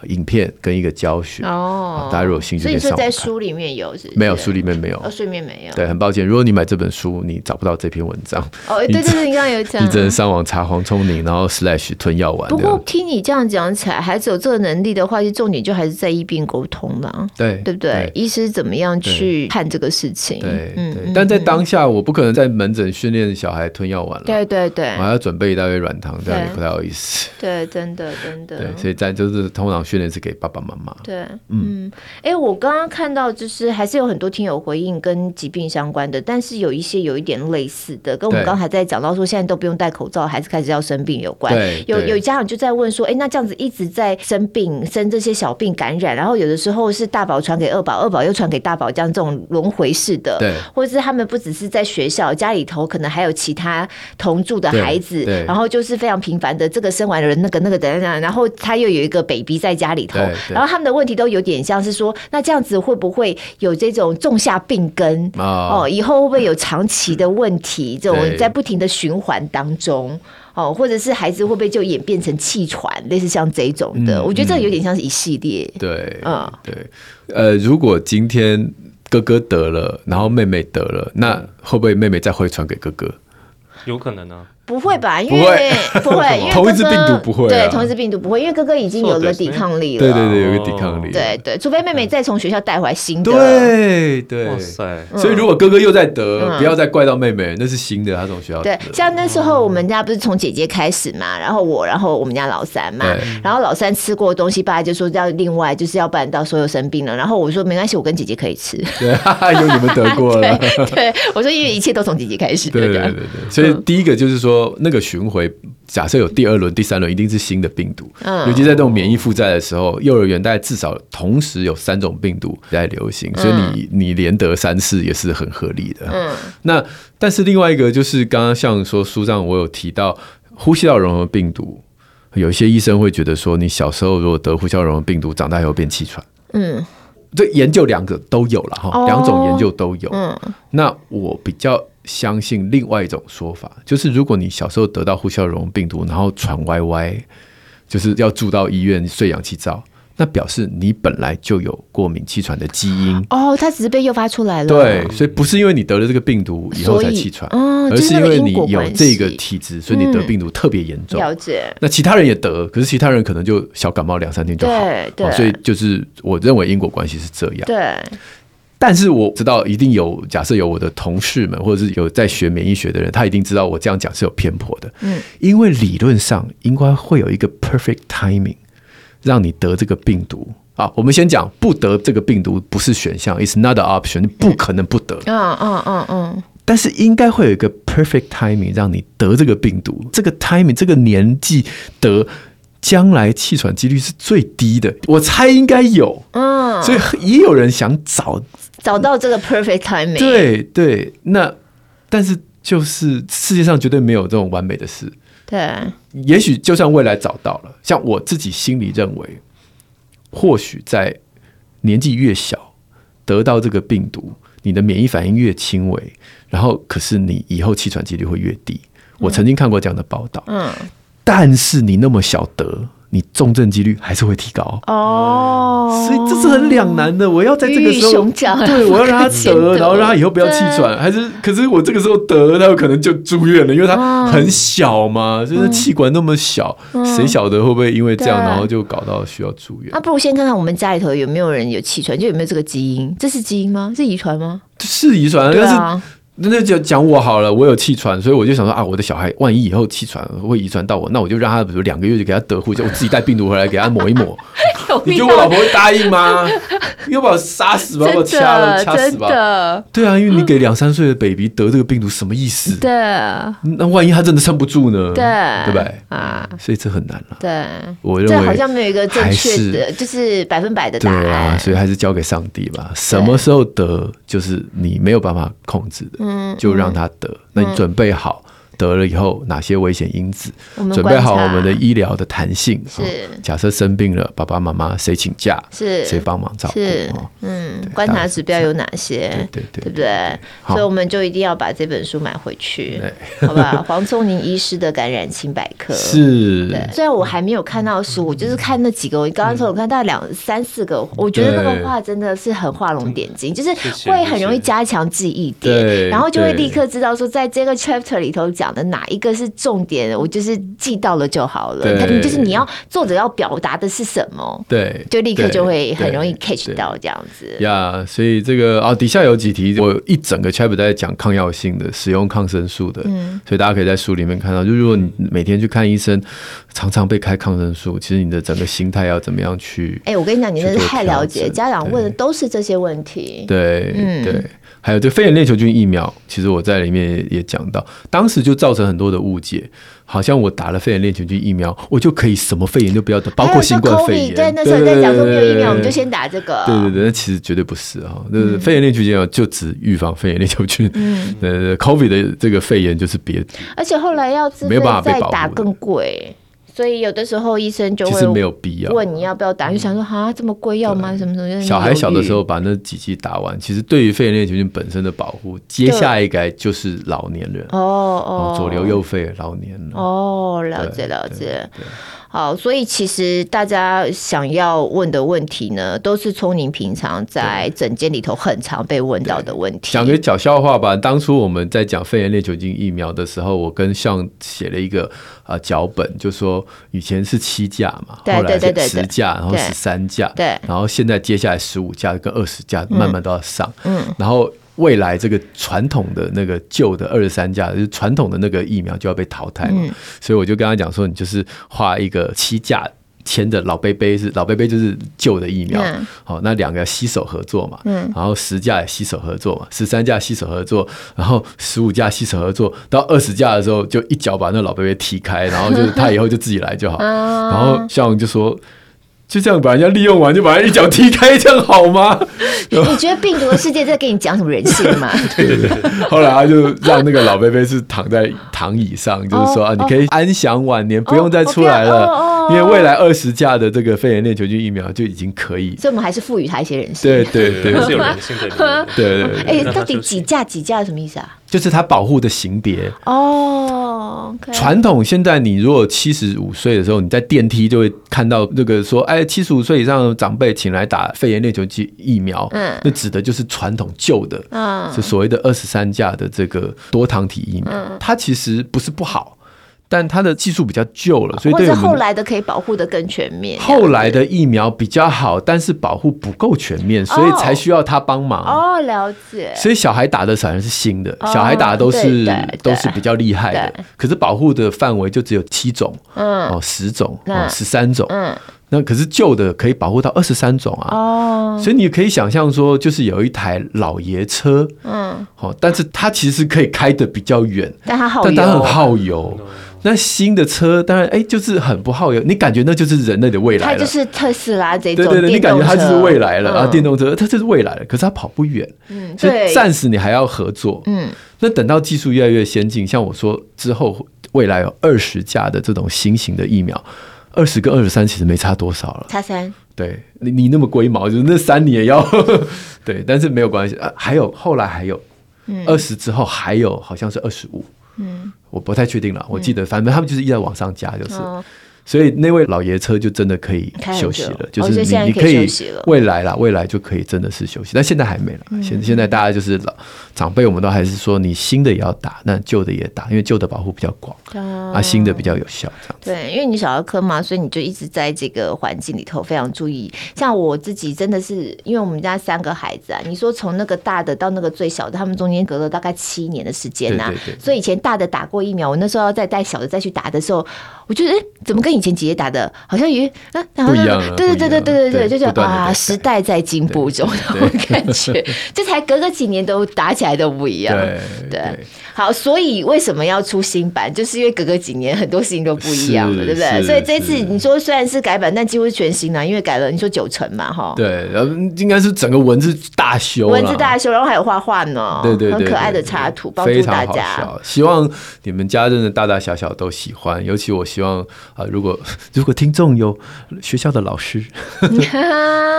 Speaker 1: 呃影片跟一个教学。
Speaker 2: 哦
Speaker 1: 好，大家如果有兴趣
Speaker 2: 所以
Speaker 1: 可以
Speaker 2: 说
Speaker 1: 上网
Speaker 2: 在
Speaker 1: 看
Speaker 2: 书里面有是不是
Speaker 1: 没有，书里面没有
Speaker 2: 哦，。书里面没有，
Speaker 1: 对，很抱歉，如果你买这本书，你找不到这篇文章，
Speaker 2: 哦，对对对，你刚刚有讲啊
Speaker 1: 你，只能上网查黄聪明，然后 slash 吞药丸
Speaker 2: 不
Speaker 1: 这
Speaker 2: 过
Speaker 1: 样。
Speaker 2: 听你这样讲起来，孩子有这个能力的话，其实重点就还是在医病沟通啦，
Speaker 1: 对
Speaker 2: 对不对？医师怎么样去看这个事情？
Speaker 1: 对
Speaker 2: 嗯
Speaker 1: 对
Speaker 2: 嗯，
Speaker 1: 但在当下，我不可能在门诊训练小孩吞药丸了，
Speaker 2: 对对对
Speaker 1: 我还要准备一大堆软糖，这样
Speaker 2: 对
Speaker 1: 也不太好意思。
Speaker 2: 对，真的真的，
Speaker 1: 对，所以在就是通常训练是给爸爸妈妈。
Speaker 2: 对，嗯，哎、我刚刚看到就是还是有很多听友回应跟疾病相关的，但是有一些有一点类似的，跟我们
Speaker 1: 对
Speaker 2: 刚才在讲到说现在都不用戴口罩，孩子开始要生病有关
Speaker 1: 对。
Speaker 2: 有
Speaker 1: 对
Speaker 2: 有家长就在问说，哎、那这样子一直在生病，生这些小病感染，然后有的时候是大宝传给二宝，二宝又传给大宝，这样这种轮回式的，
Speaker 1: 对
Speaker 2: 或者是他们不只是在学校，家里头可能还有其他同住的
Speaker 1: 对
Speaker 2: 孩子，
Speaker 1: 对
Speaker 2: 然后就是非常频繁的这个生完人那个那个等等，然后他又有一个 baby 在家里头，
Speaker 1: 对对
Speaker 2: 然后他们的问题都有点像是说，那这样子会不会有这种种下病根？
Speaker 1: 啊
Speaker 2: 哦，，以后会不会有长期的问
Speaker 1: [LAUGHS]
Speaker 2: 题？这种
Speaker 1: 对
Speaker 2: 在不停的循环当中，哦，或者是孩子会不会就演变成气喘，类似像这种的？
Speaker 1: 嗯
Speaker 2: 我觉得这有点像是一系列。
Speaker 1: 对，
Speaker 2: 嗯
Speaker 1: 对，呃，如果今天哥哥
Speaker 2: 嗯
Speaker 1: 得了，然后妹妹得了，那会不会妹妹再会传给哥哥？
Speaker 3: 有可能啊，
Speaker 2: 不会吧？因
Speaker 1: 不
Speaker 2: 为
Speaker 1: 会
Speaker 2: [LAUGHS]
Speaker 1: [LAUGHS]
Speaker 2: 不会，因为
Speaker 1: 同一
Speaker 2: 哥
Speaker 1: 只
Speaker 2: 哥
Speaker 1: 病毒不会啊
Speaker 2: 对，同一只病毒不会，因为哥哥已经有了抵抗力了。
Speaker 1: 对对对，有一个抵抗力。
Speaker 2: 对对除非妹妹再从学校带回来新的。
Speaker 1: 对对
Speaker 3: 哇塞，
Speaker 1: 所以如果哥哥又在得，
Speaker 2: 嗯
Speaker 1: 不要再怪到妹妹，那是新的，他从学校
Speaker 2: 对
Speaker 1: 得。， [LAUGHS]
Speaker 2: 像那时候我们家不是从姐姐开始嘛，然后我，然后我们家老三嘛
Speaker 1: 对，
Speaker 2: 然后老三吃过的东西，爸就说要另外，就是要不然到时候又生病了。然后我说没关系，我跟姐姐可以吃。
Speaker 1: 对，哈哈有你们得过了。
Speaker 2: [LAUGHS] 对，我说因为一切都从姐姐开始的。
Speaker 1: 对对
Speaker 2: 这样嗯
Speaker 1: 对对，所以第一个就是说，那个巡回，假设有第二轮、第三轮，一定是新的病毒。
Speaker 2: 嗯
Speaker 1: 尤其在这种免疫负债的时候，幼儿园大概至少同时有三种病毒在流行，所以你你连得三次也是很合理的。
Speaker 2: 嗯，
Speaker 1: 那但是另外一个就是刚刚像说书上我有提到呼吸道融合病毒，有一些医生会觉得说，你小时候如果得呼吸道融合病毒，长大以后变气喘。
Speaker 2: 嗯
Speaker 1: 这研究两个都有了
Speaker 2: 哦
Speaker 1: 哈，两种研究都有。
Speaker 2: 嗯
Speaker 1: 那我比较相信另外一种说法，就是如果你小时候得到呼啸绒病毒，然后喘歪歪，就是要住到医院睡氧气罩，那表示你本来就有过敏气喘的基因。
Speaker 2: 哦，他只是被诱发出来了。
Speaker 1: 对，所以不是因为你得了这个病毒以后
Speaker 2: 所
Speaker 1: 才
Speaker 2: 以
Speaker 1: 气喘，
Speaker 2: 哦
Speaker 1: 而
Speaker 2: 就是是那
Speaker 1: 因
Speaker 2: 个
Speaker 1: 为
Speaker 2: 因
Speaker 1: 你
Speaker 2: 果
Speaker 1: 有
Speaker 2: 关
Speaker 1: 这个
Speaker 2: 系嗯
Speaker 1: 体质，所以你得病毒特别严重。
Speaker 2: 了解。
Speaker 1: 那其他人也得，可是其他人可能就小感冒两三天就好，
Speaker 2: 对对
Speaker 1: 哦所以就是我认为因果关系是这样。
Speaker 2: 对，
Speaker 1: 但是我知道一定有，假设有我的同事们，或者是有在学免疫学的人，他一定知道我这样讲是有偏颇的。
Speaker 2: 嗯，
Speaker 1: 因为理论上应该会有一个 perfect timing，让你得这个病毒啊。我们先讲不得这个病毒不是选项，is not an option，你不可能不得。
Speaker 2: 嗯嗯嗯嗯，
Speaker 1: 但是应该会有一个 perfect timing，让你得这个病毒。这个 timing，这个年纪得。将来气喘几率是最低的，我猜应该有，
Speaker 2: 嗯，
Speaker 1: 所以也有人想找
Speaker 2: 找到这个 perfect timing。，
Speaker 1: 对对，那但是就是世界上绝对没有这种完美的事。
Speaker 2: 对，
Speaker 1: 也许就算未来找到了，像我自己心里认为，或许在年纪越小得到这个病毒，你的免疫反应越轻微，然后可是你以后气喘几率会越低。我曾经看过这样的报道，
Speaker 2: 嗯，
Speaker 1: 但是你那么小得，你重症几率还是会提高。
Speaker 2: 哦，
Speaker 1: 嗯所以这是很两难的。我要在这个时
Speaker 2: 鱼与
Speaker 1: 候
Speaker 2: 熊掌，
Speaker 1: 对我要
Speaker 2: [LAUGHS]
Speaker 1: 让他
Speaker 2: 不可
Speaker 1: 得，
Speaker 2: 兼
Speaker 1: 然后
Speaker 2: 得
Speaker 1: 让他以后不要气喘，还是可是我这个时候得，他有可能就住院了，因为
Speaker 2: 哦
Speaker 1: 他很小嘛，就是气管那么小，谁晓得会不会因为这样，
Speaker 2: 嗯对啊
Speaker 1: 然后就搞到需要住院
Speaker 2: 那、？不如先看看我们家里头有没有人有气喘，就有没有这个基因？这是基因吗？是遗传吗？
Speaker 1: 是遗传，
Speaker 2: 对
Speaker 1: 但是
Speaker 2: 啊，
Speaker 1: 呃那那就讲我好了，我有气喘，所以我就想说啊，我的小孩万一以后气喘会遗传到我，那我就让他比如两个月就给他得护就我自己带病毒回来给他抹一
Speaker 2: [LAUGHS]
Speaker 1: 抹。你觉得我老婆会答应吗？要把我杀死吧，把我
Speaker 2: 真
Speaker 1: 掐了
Speaker 2: 的
Speaker 1: 掐死
Speaker 2: 真
Speaker 1: 吧。
Speaker 2: 的
Speaker 1: 对啊，因为你给两三岁的 baby 得这个病毒什么意思？
Speaker 2: 对
Speaker 1: 那万一他真的撑不住呢？
Speaker 2: 对
Speaker 1: 对不对？
Speaker 2: 啊
Speaker 1: 所以这很难了。
Speaker 2: 对。
Speaker 1: 我认
Speaker 2: 这
Speaker 1: 为
Speaker 2: 好像没有一个正
Speaker 1: 还
Speaker 2: 确
Speaker 1: 是
Speaker 2: 的，就是百分百的
Speaker 1: 对
Speaker 2: 答案。
Speaker 1: 啊，所以还是交给上帝吧。什么时候得，就是你没有办法控制的，
Speaker 2: 嗯
Speaker 1: 就让他得。那你准备好得了以后哪些危险因子
Speaker 2: 我？们
Speaker 1: 准备好
Speaker 2: 观
Speaker 1: 我
Speaker 2: 察
Speaker 1: 们的医疗的弹性。
Speaker 2: 是
Speaker 1: 哦假设生病了，爸爸妈妈谁请假，
Speaker 2: 是
Speaker 1: 谁帮忙照顾？
Speaker 2: 是
Speaker 1: 哦，
Speaker 2: 嗯，观察指标有哪些？
Speaker 1: 对对对
Speaker 2: 不对？
Speaker 1: 好
Speaker 2: 所以我们就一定要把这本书买回去，好不好？黄宗宁医师的《感染清百科》。
Speaker 1: [LAUGHS] 是
Speaker 2: 对，虽然我还没有看到
Speaker 1: 嗯
Speaker 2: 书，我就是看那几个，我刚刚说我看大概两三四个，我觉得那个
Speaker 1: 对
Speaker 2: 画真的是很画龙点睛，就是
Speaker 3: 谢
Speaker 2: 会很容易加强记忆点，
Speaker 1: 对
Speaker 2: 然后就会
Speaker 1: 对
Speaker 2: 立刻知道说，在这个 chapter 里头讲的哪一个是重点，我就是记到了就好了。
Speaker 1: 对
Speaker 2: 它就是你要作者要表达的是什么，
Speaker 1: 对，
Speaker 2: 就立刻
Speaker 1: 对
Speaker 2: 就会很
Speaker 1: 对
Speaker 2: 容易
Speaker 1: 对
Speaker 2: catch 到这样子。
Speaker 1: 呀所以这个啊，底下有几题，我有一整个 chapter 在讲抗药性的、使用抗生素的，
Speaker 2: 嗯
Speaker 1: 所以大家可以在书里面看到，就如果你每天去看医生，常常被开抗生素，其实你的整个心态要怎么样去？
Speaker 2: 哎、我跟你讲，你真的是太了解，
Speaker 1: 去做调
Speaker 2: 家
Speaker 1: 整
Speaker 2: 长问的都是这些问题。
Speaker 1: 对、
Speaker 2: 嗯
Speaker 1: 对，还有对肺炎链球菌疫苗，其实我在里面也也讲到，当时就造成很多的误解，好像我打了肺炎链球菌疫苗，我就可以什么肺炎都不要得，包
Speaker 2: 还
Speaker 1: 括
Speaker 2: 有说
Speaker 1: 新
Speaker 2: c
Speaker 1: 冠
Speaker 2: o
Speaker 1: 肺
Speaker 2: v
Speaker 1: 炎。
Speaker 2: 对，那时候在讲说没有疫苗，我们就
Speaker 1: 对
Speaker 2: 先打这个。
Speaker 1: 对对对，那其实绝对不是哈，那、
Speaker 2: 嗯
Speaker 1: 肺炎链球菌啊，就只预防肺炎链球菌，嗯、呃，COVID 的这个肺炎就是别，
Speaker 2: 而且后来要自
Speaker 1: 没
Speaker 2: 费
Speaker 1: 有办法被
Speaker 2: 再
Speaker 1: 保护
Speaker 2: 打
Speaker 1: 的
Speaker 2: 更贵，所以有的时候医生就
Speaker 1: 其实没
Speaker 2: 会
Speaker 1: 有必要。嗯
Speaker 2: 问你要不要打，就想说哈这么贵要吗？什么什么？就是
Speaker 1: 小孩小的时候
Speaker 2: 犹豫，
Speaker 1: 把那几剂打完，其实对于肺炎链球菌本身的保护，接下一个就是老年人，
Speaker 2: 哦哦，哦
Speaker 1: 左流右肺老年人。
Speaker 2: 哦，了解了解。好，所以其实大家想要问的问题呢，都是聪宁平常在诊间里头很常被问到的问题。
Speaker 1: 讲个小笑话吧。当初我们在讲肺炎链球菌疫苗的时候，我跟向写了一个啊脚本，就说以前是七价嘛，
Speaker 2: 对
Speaker 1: 后来
Speaker 2: 对对
Speaker 1: 是
Speaker 2: 对对
Speaker 1: 十价，然后
Speaker 2: 对
Speaker 1: 十三价， [LAUGHS]
Speaker 2: 对
Speaker 1: 然后现在接下来十五价跟二十价慢慢都要上，
Speaker 2: 嗯
Speaker 1: 然后。未来这个传统的那个旧的二十三价，就是传统的那个疫苗就要被淘汰嘛，
Speaker 2: 嗯
Speaker 1: 所以我就跟他讲说，你就是画一个七价签的老杯杯是老杯杯就是旧的疫苗，
Speaker 2: 嗯
Speaker 1: 好、那两个携手合作嘛，
Speaker 2: 嗯
Speaker 1: 然后十架也携手合作嘛，十三架携手合作，然后十五架携手合作，到二十架的时候就一脚把那老贝贝踢开，然后就是他以后就自己来就
Speaker 2: [LAUGHS]
Speaker 1: 好。
Speaker 2: 哦
Speaker 1: 然后向荣就说，就这样把人家利用完，就把人一脚踢开，这样好吗？
Speaker 2: 你觉得病毒的世界在跟你讲什么人性
Speaker 1: [LAUGHS]
Speaker 2: 吗？
Speaker 1: 后来他就让那个老贝贝是躺在躺椅上，就是说啊，你可以安享晚年，不用再出来
Speaker 2: 哦
Speaker 1: 了，
Speaker 2: 不要哦哦
Speaker 1: 因为未来二十架的这个肺炎链球菌疫苗就已经可以。
Speaker 2: 所以我们还是赋予它一些人性。
Speaker 1: 对对对
Speaker 3: 还是
Speaker 1: 对
Speaker 3: 有人性在里面。
Speaker 1: 对对，
Speaker 2: [LAUGHS] 哎、
Speaker 3: 让它
Speaker 2: 到底
Speaker 3: 休息
Speaker 2: 几架几架什么意思啊？
Speaker 1: 就是它保护的型别。
Speaker 2: 哎哦、o k
Speaker 1: 传统现在，你如果七十五岁的时候，你在电梯就会看到那个说，哎，七十五岁以上的长辈请来打肺炎链球菌疫苗，
Speaker 2: 嗯
Speaker 1: 那指的就是传统旧的，
Speaker 2: 嗯
Speaker 1: 就所谓的二十三价的这个多糖体疫苗，
Speaker 2: 嗯
Speaker 1: 它其实不是不好，但它的技术比较旧了，所以
Speaker 2: 或
Speaker 1: 对
Speaker 2: 者
Speaker 1: 我
Speaker 2: 后
Speaker 1: 们。
Speaker 2: 来的可以保护的更全面。
Speaker 1: 后来的疫苗比较好，但是保护不够全面，所以才需要他帮忙。
Speaker 2: 哦，了解。
Speaker 1: 所以小孩打的好像是新的，
Speaker 2: 哦
Speaker 1: 小孩打的都
Speaker 2: 对
Speaker 1: 是
Speaker 2: 对
Speaker 1: 都是比较厉害的
Speaker 2: 对，
Speaker 1: 可是保护的范围就只有七种，
Speaker 2: 嗯
Speaker 1: 哦十种，
Speaker 2: 嗯
Speaker 1: 哦十三种，
Speaker 2: 嗯，
Speaker 1: 那可是旧的可以保护到二十三种啊。
Speaker 2: 哦，
Speaker 1: 所以你可以想象说，就是有一台老爷车，
Speaker 2: 嗯，
Speaker 1: 哦，但是它其实可以开的比较远，
Speaker 2: 但它好
Speaker 1: 但
Speaker 2: 油，哦
Speaker 1: 它很耗油。那新的车当然，哎，就是很不耗油，你感觉那就是人类的未来
Speaker 2: 它
Speaker 1: 了。
Speaker 2: 就是特斯拉这
Speaker 1: 对
Speaker 2: 种
Speaker 1: 对对，你
Speaker 2: 电
Speaker 1: 感
Speaker 2: 动
Speaker 1: 觉
Speaker 2: 车，
Speaker 1: 它就是未来了，然后电
Speaker 2: 动，
Speaker 1: 动车它就是未来了，可是它跑不远，
Speaker 2: 嗯，
Speaker 1: 所以
Speaker 2: 对，
Speaker 1: 暂时你还要合作。
Speaker 2: 嗯
Speaker 1: 那等到技术越来越先进，像我说之后，未来有二十价的这种新型的疫苗，二十跟二十三其实没差多少了。
Speaker 2: 叉三，
Speaker 1: 对你，你那么龟毛，就是那三你也
Speaker 2: [LAUGHS]
Speaker 1: 要对，但是没有关系啊。还有后来还有二十之后还有好像是二十五，
Speaker 2: 嗯，
Speaker 1: 我不太确定了。我记得反正他们就是一直在往上加，就是。
Speaker 2: 哦，
Speaker 1: 所以那位老爷车就真的可以
Speaker 2: 开很
Speaker 1: 休
Speaker 2: 久
Speaker 1: 息了
Speaker 2: 哦，
Speaker 1: 就是
Speaker 2: 所以
Speaker 1: 你
Speaker 2: 现在
Speaker 1: 你
Speaker 2: 可以
Speaker 1: 可
Speaker 2: 休
Speaker 1: 以
Speaker 2: 息了嗯
Speaker 1: 未来啦，未来就可以真的是休息，但现在还没了。现、现在大家就是老长辈，我们都还是说你新的也要打，那旧的也打，因为旧的保护比较广，
Speaker 2: 啊
Speaker 1: 啊，新的比较有效，这样子。
Speaker 2: 对，因为你小儿科嘛，所以你就一直在这个环境里头非常注意。像我自己真的是，因为我们家三个孩子啊，你说从那个大的到那个最小的，他们中间隔了大概七年的时间呐、
Speaker 1: 对对对
Speaker 2: 所以以前大的打过疫苗，我那时候要再带小的再去打的时候，我觉得哎，诶怎么跟以前姐姐打的好像也啊，
Speaker 1: 不一样了
Speaker 2: 对对
Speaker 1: 不一
Speaker 2: 对对对
Speaker 1: 样
Speaker 2: 对
Speaker 1: 了
Speaker 2: 对，就
Speaker 1: 对
Speaker 2: 觉
Speaker 1: 不
Speaker 2: 得
Speaker 1: 断地在
Speaker 2: 啊，
Speaker 1: 改
Speaker 2: 时代在进步中那种感 [LAUGHS] 觉，这才隔个几年都打起来都不一样。
Speaker 1: 对
Speaker 2: 对，好，所以为什么要出新版？就是因为隔个几年很多事情都不一样了，
Speaker 1: 是
Speaker 2: 对不对？
Speaker 1: 是
Speaker 2: 所以这次
Speaker 1: 是
Speaker 2: 你说虽然是改版，但几乎是全新了，啊因为改了你说九成嘛，哈，
Speaker 1: 对，然后应该是整个文字大修啦，
Speaker 2: 文字大修，然后还有画画呢，
Speaker 1: 对对对，
Speaker 2: 很可
Speaker 1: 对
Speaker 2: 爱的
Speaker 1: 对
Speaker 2: 插图，帮助
Speaker 1: 非
Speaker 2: 大
Speaker 1: 常好
Speaker 2: 家。
Speaker 1: 笑。希望你们家真的大大小小都喜欢，尤其我希望啊、呃如果如果听众有学校的老
Speaker 2: [LAUGHS]
Speaker 1: 师， [LAUGHS]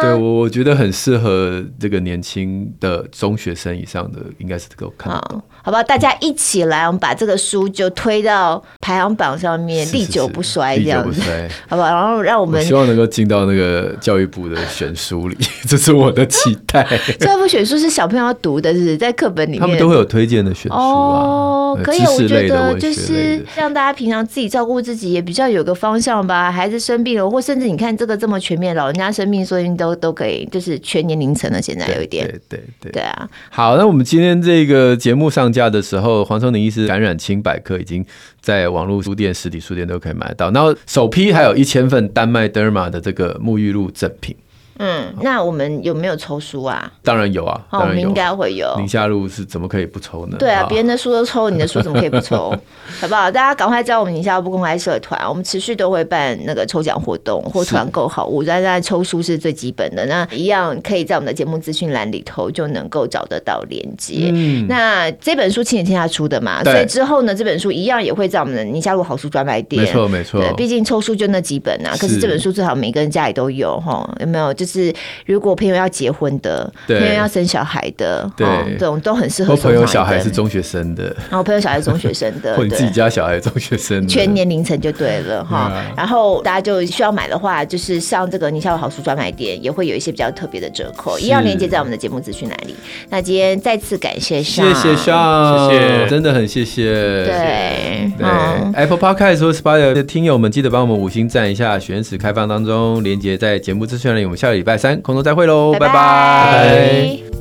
Speaker 1: 对我我觉得很适合这个年轻的中学生以上的，应该是能够看得懂。
Speaker 2: 好，啊好吧，大家一起来，我们把这个书就推到排行榜上面，
Speaker 1: 是
Speaker 2: 历
Speaker 1: 是
Speaker 2: 久
Speaker 1: 是
Speaker 2: 不衰
Speaker 1: 历
Speaker 2: 这
Speaker 1: 久
Speaker 2: 样
Speaker 1: 不
Speaker 2: 子，
Speaker 1: 衰。
Speaker 2: 好吧？然后让我
Speaker 1: 我
Speaker 2: 们
Speaker 1: 希望能够进到那个教育部的选书里， [LAUGHS] 这是我的期待。
Speaker 2: 这部选书是小朋友要读的，是不是在课本里面，
Speaker 1: 他们都会有推荐的选书啊，
Speaker 2: 哦，
Speaker 1: 呃
Speaker 2: 可以
Speaker 1: 知，
Speaker 2: 我
Speaker 1: 识
Speaker 2: 觉
Speaker 1: 类的、
Speaker 2: 得
Speaker 1: 文
Speaker 2: 就
Speaker 1: 学类
Speaker 2: 是
Speaker 1: 的。
Speaker 2: 让大家平常自己照顾自己，也比较有个方向吧。孩子生病了，或甚至你看这个这么全面，老人家生病，所以都都可以，就是全年龄层了。现在有一点，
Speaker 1: 对对对
Speaker 2: 对啊，
Speaker 1: 好，那我们今天这个节目上架的时候，黄聪宁医师感染清百科已经在网络书店、实体书店都可以买到。然后首批还有一千份丹麦 Derma 的这个沐浴露赠品，
Speaker 2: 嗯，那我们有没有抽书啊？
Speaker 1: 当然有啊，
Speaker 2: 哦，我
Speaker 1: 当
Speaker 2: 们
Speaker 1: 然有
Speaker 2: 应
Speaker 1: 啊。
Speaker 2: 该会有。
Speaker 1: 宁夏路是怎么可以不抽呢？
Speaker 2: 对啊，
Speaker 1: 好
Speaker 2: 别人的书都抽，你的书怎么可以不抽？ [LAUGHS] 好不好？大家赶快加我们宁夏不公开社团，我们持续都会办那个抽奖活动或
Speaker 1: 是
Speaker 2: 团购好物，但然抽书是最基本的。那一样可以在我们的节目资讯栏里头就能够找得到链接。
Speaker 1: 嗯
Speaker 2: 那这本书亲眼天下出的嘛，
Speaker 1: 对
Speaker 2: 所以之后呢，这本书一样也会在我们的宁夏路好书专卖店。
Speaker 1: 没错没错
Speaker 2: 对，，毕竟抽书就那几本啊，可是
Speaker 1: 啊是
Speaker 2: 这本书最好每个人家里都有哈，有没有？就是如果朋友要结婚的，朋
Speaker 1: 对
Speaker 2: 友要生小孩的，
Speaker 1: 对
Speaker 2: 哦这种都很适合
Speaker 1: 我
Speaker 2: 收藏
Speaker 1: 朋
Speaker 2: 一根。
Speaker 1: 友小孩是中学生的，
Speaker 2: 然哦后朋友小孩是中学生
Speaker 1: [LAUGHS]
Speaker 2: 的，
Speaker 1: 或你
Speaker 2: 对
Speaker 1: 自己家小孩中学生的，
Speaker 2: 全年龄层就对了哈。
Speaker 1: 对啊
Speaker 2: 然后大家就需要买的话，就是上这个宁夏文好书专卖店，也会有一些比较特别的折扣，
Speaker 1: 是
Speaker 2: 一样链接在我们的节目资讯栏里。那今天再次感谢上，
Speaker 1: 谢谢上，
Speaker 3: 谢谢
Speaker 1: 真的很谢谢。
Speaker 2: 对，
Speaker 1: 对、
Speaker 2: 嗯，
Speaker 1: a p p l e Podcast 或 Spotify 的听友们，记得帮我们五星赞一下，许愿池哦开放当中，连接在节目资讯栏里。我们下个礼拜三空中再会喽，拜
Speaker 2: 拜
Speaker 1: 拜
Speaker 2: 拜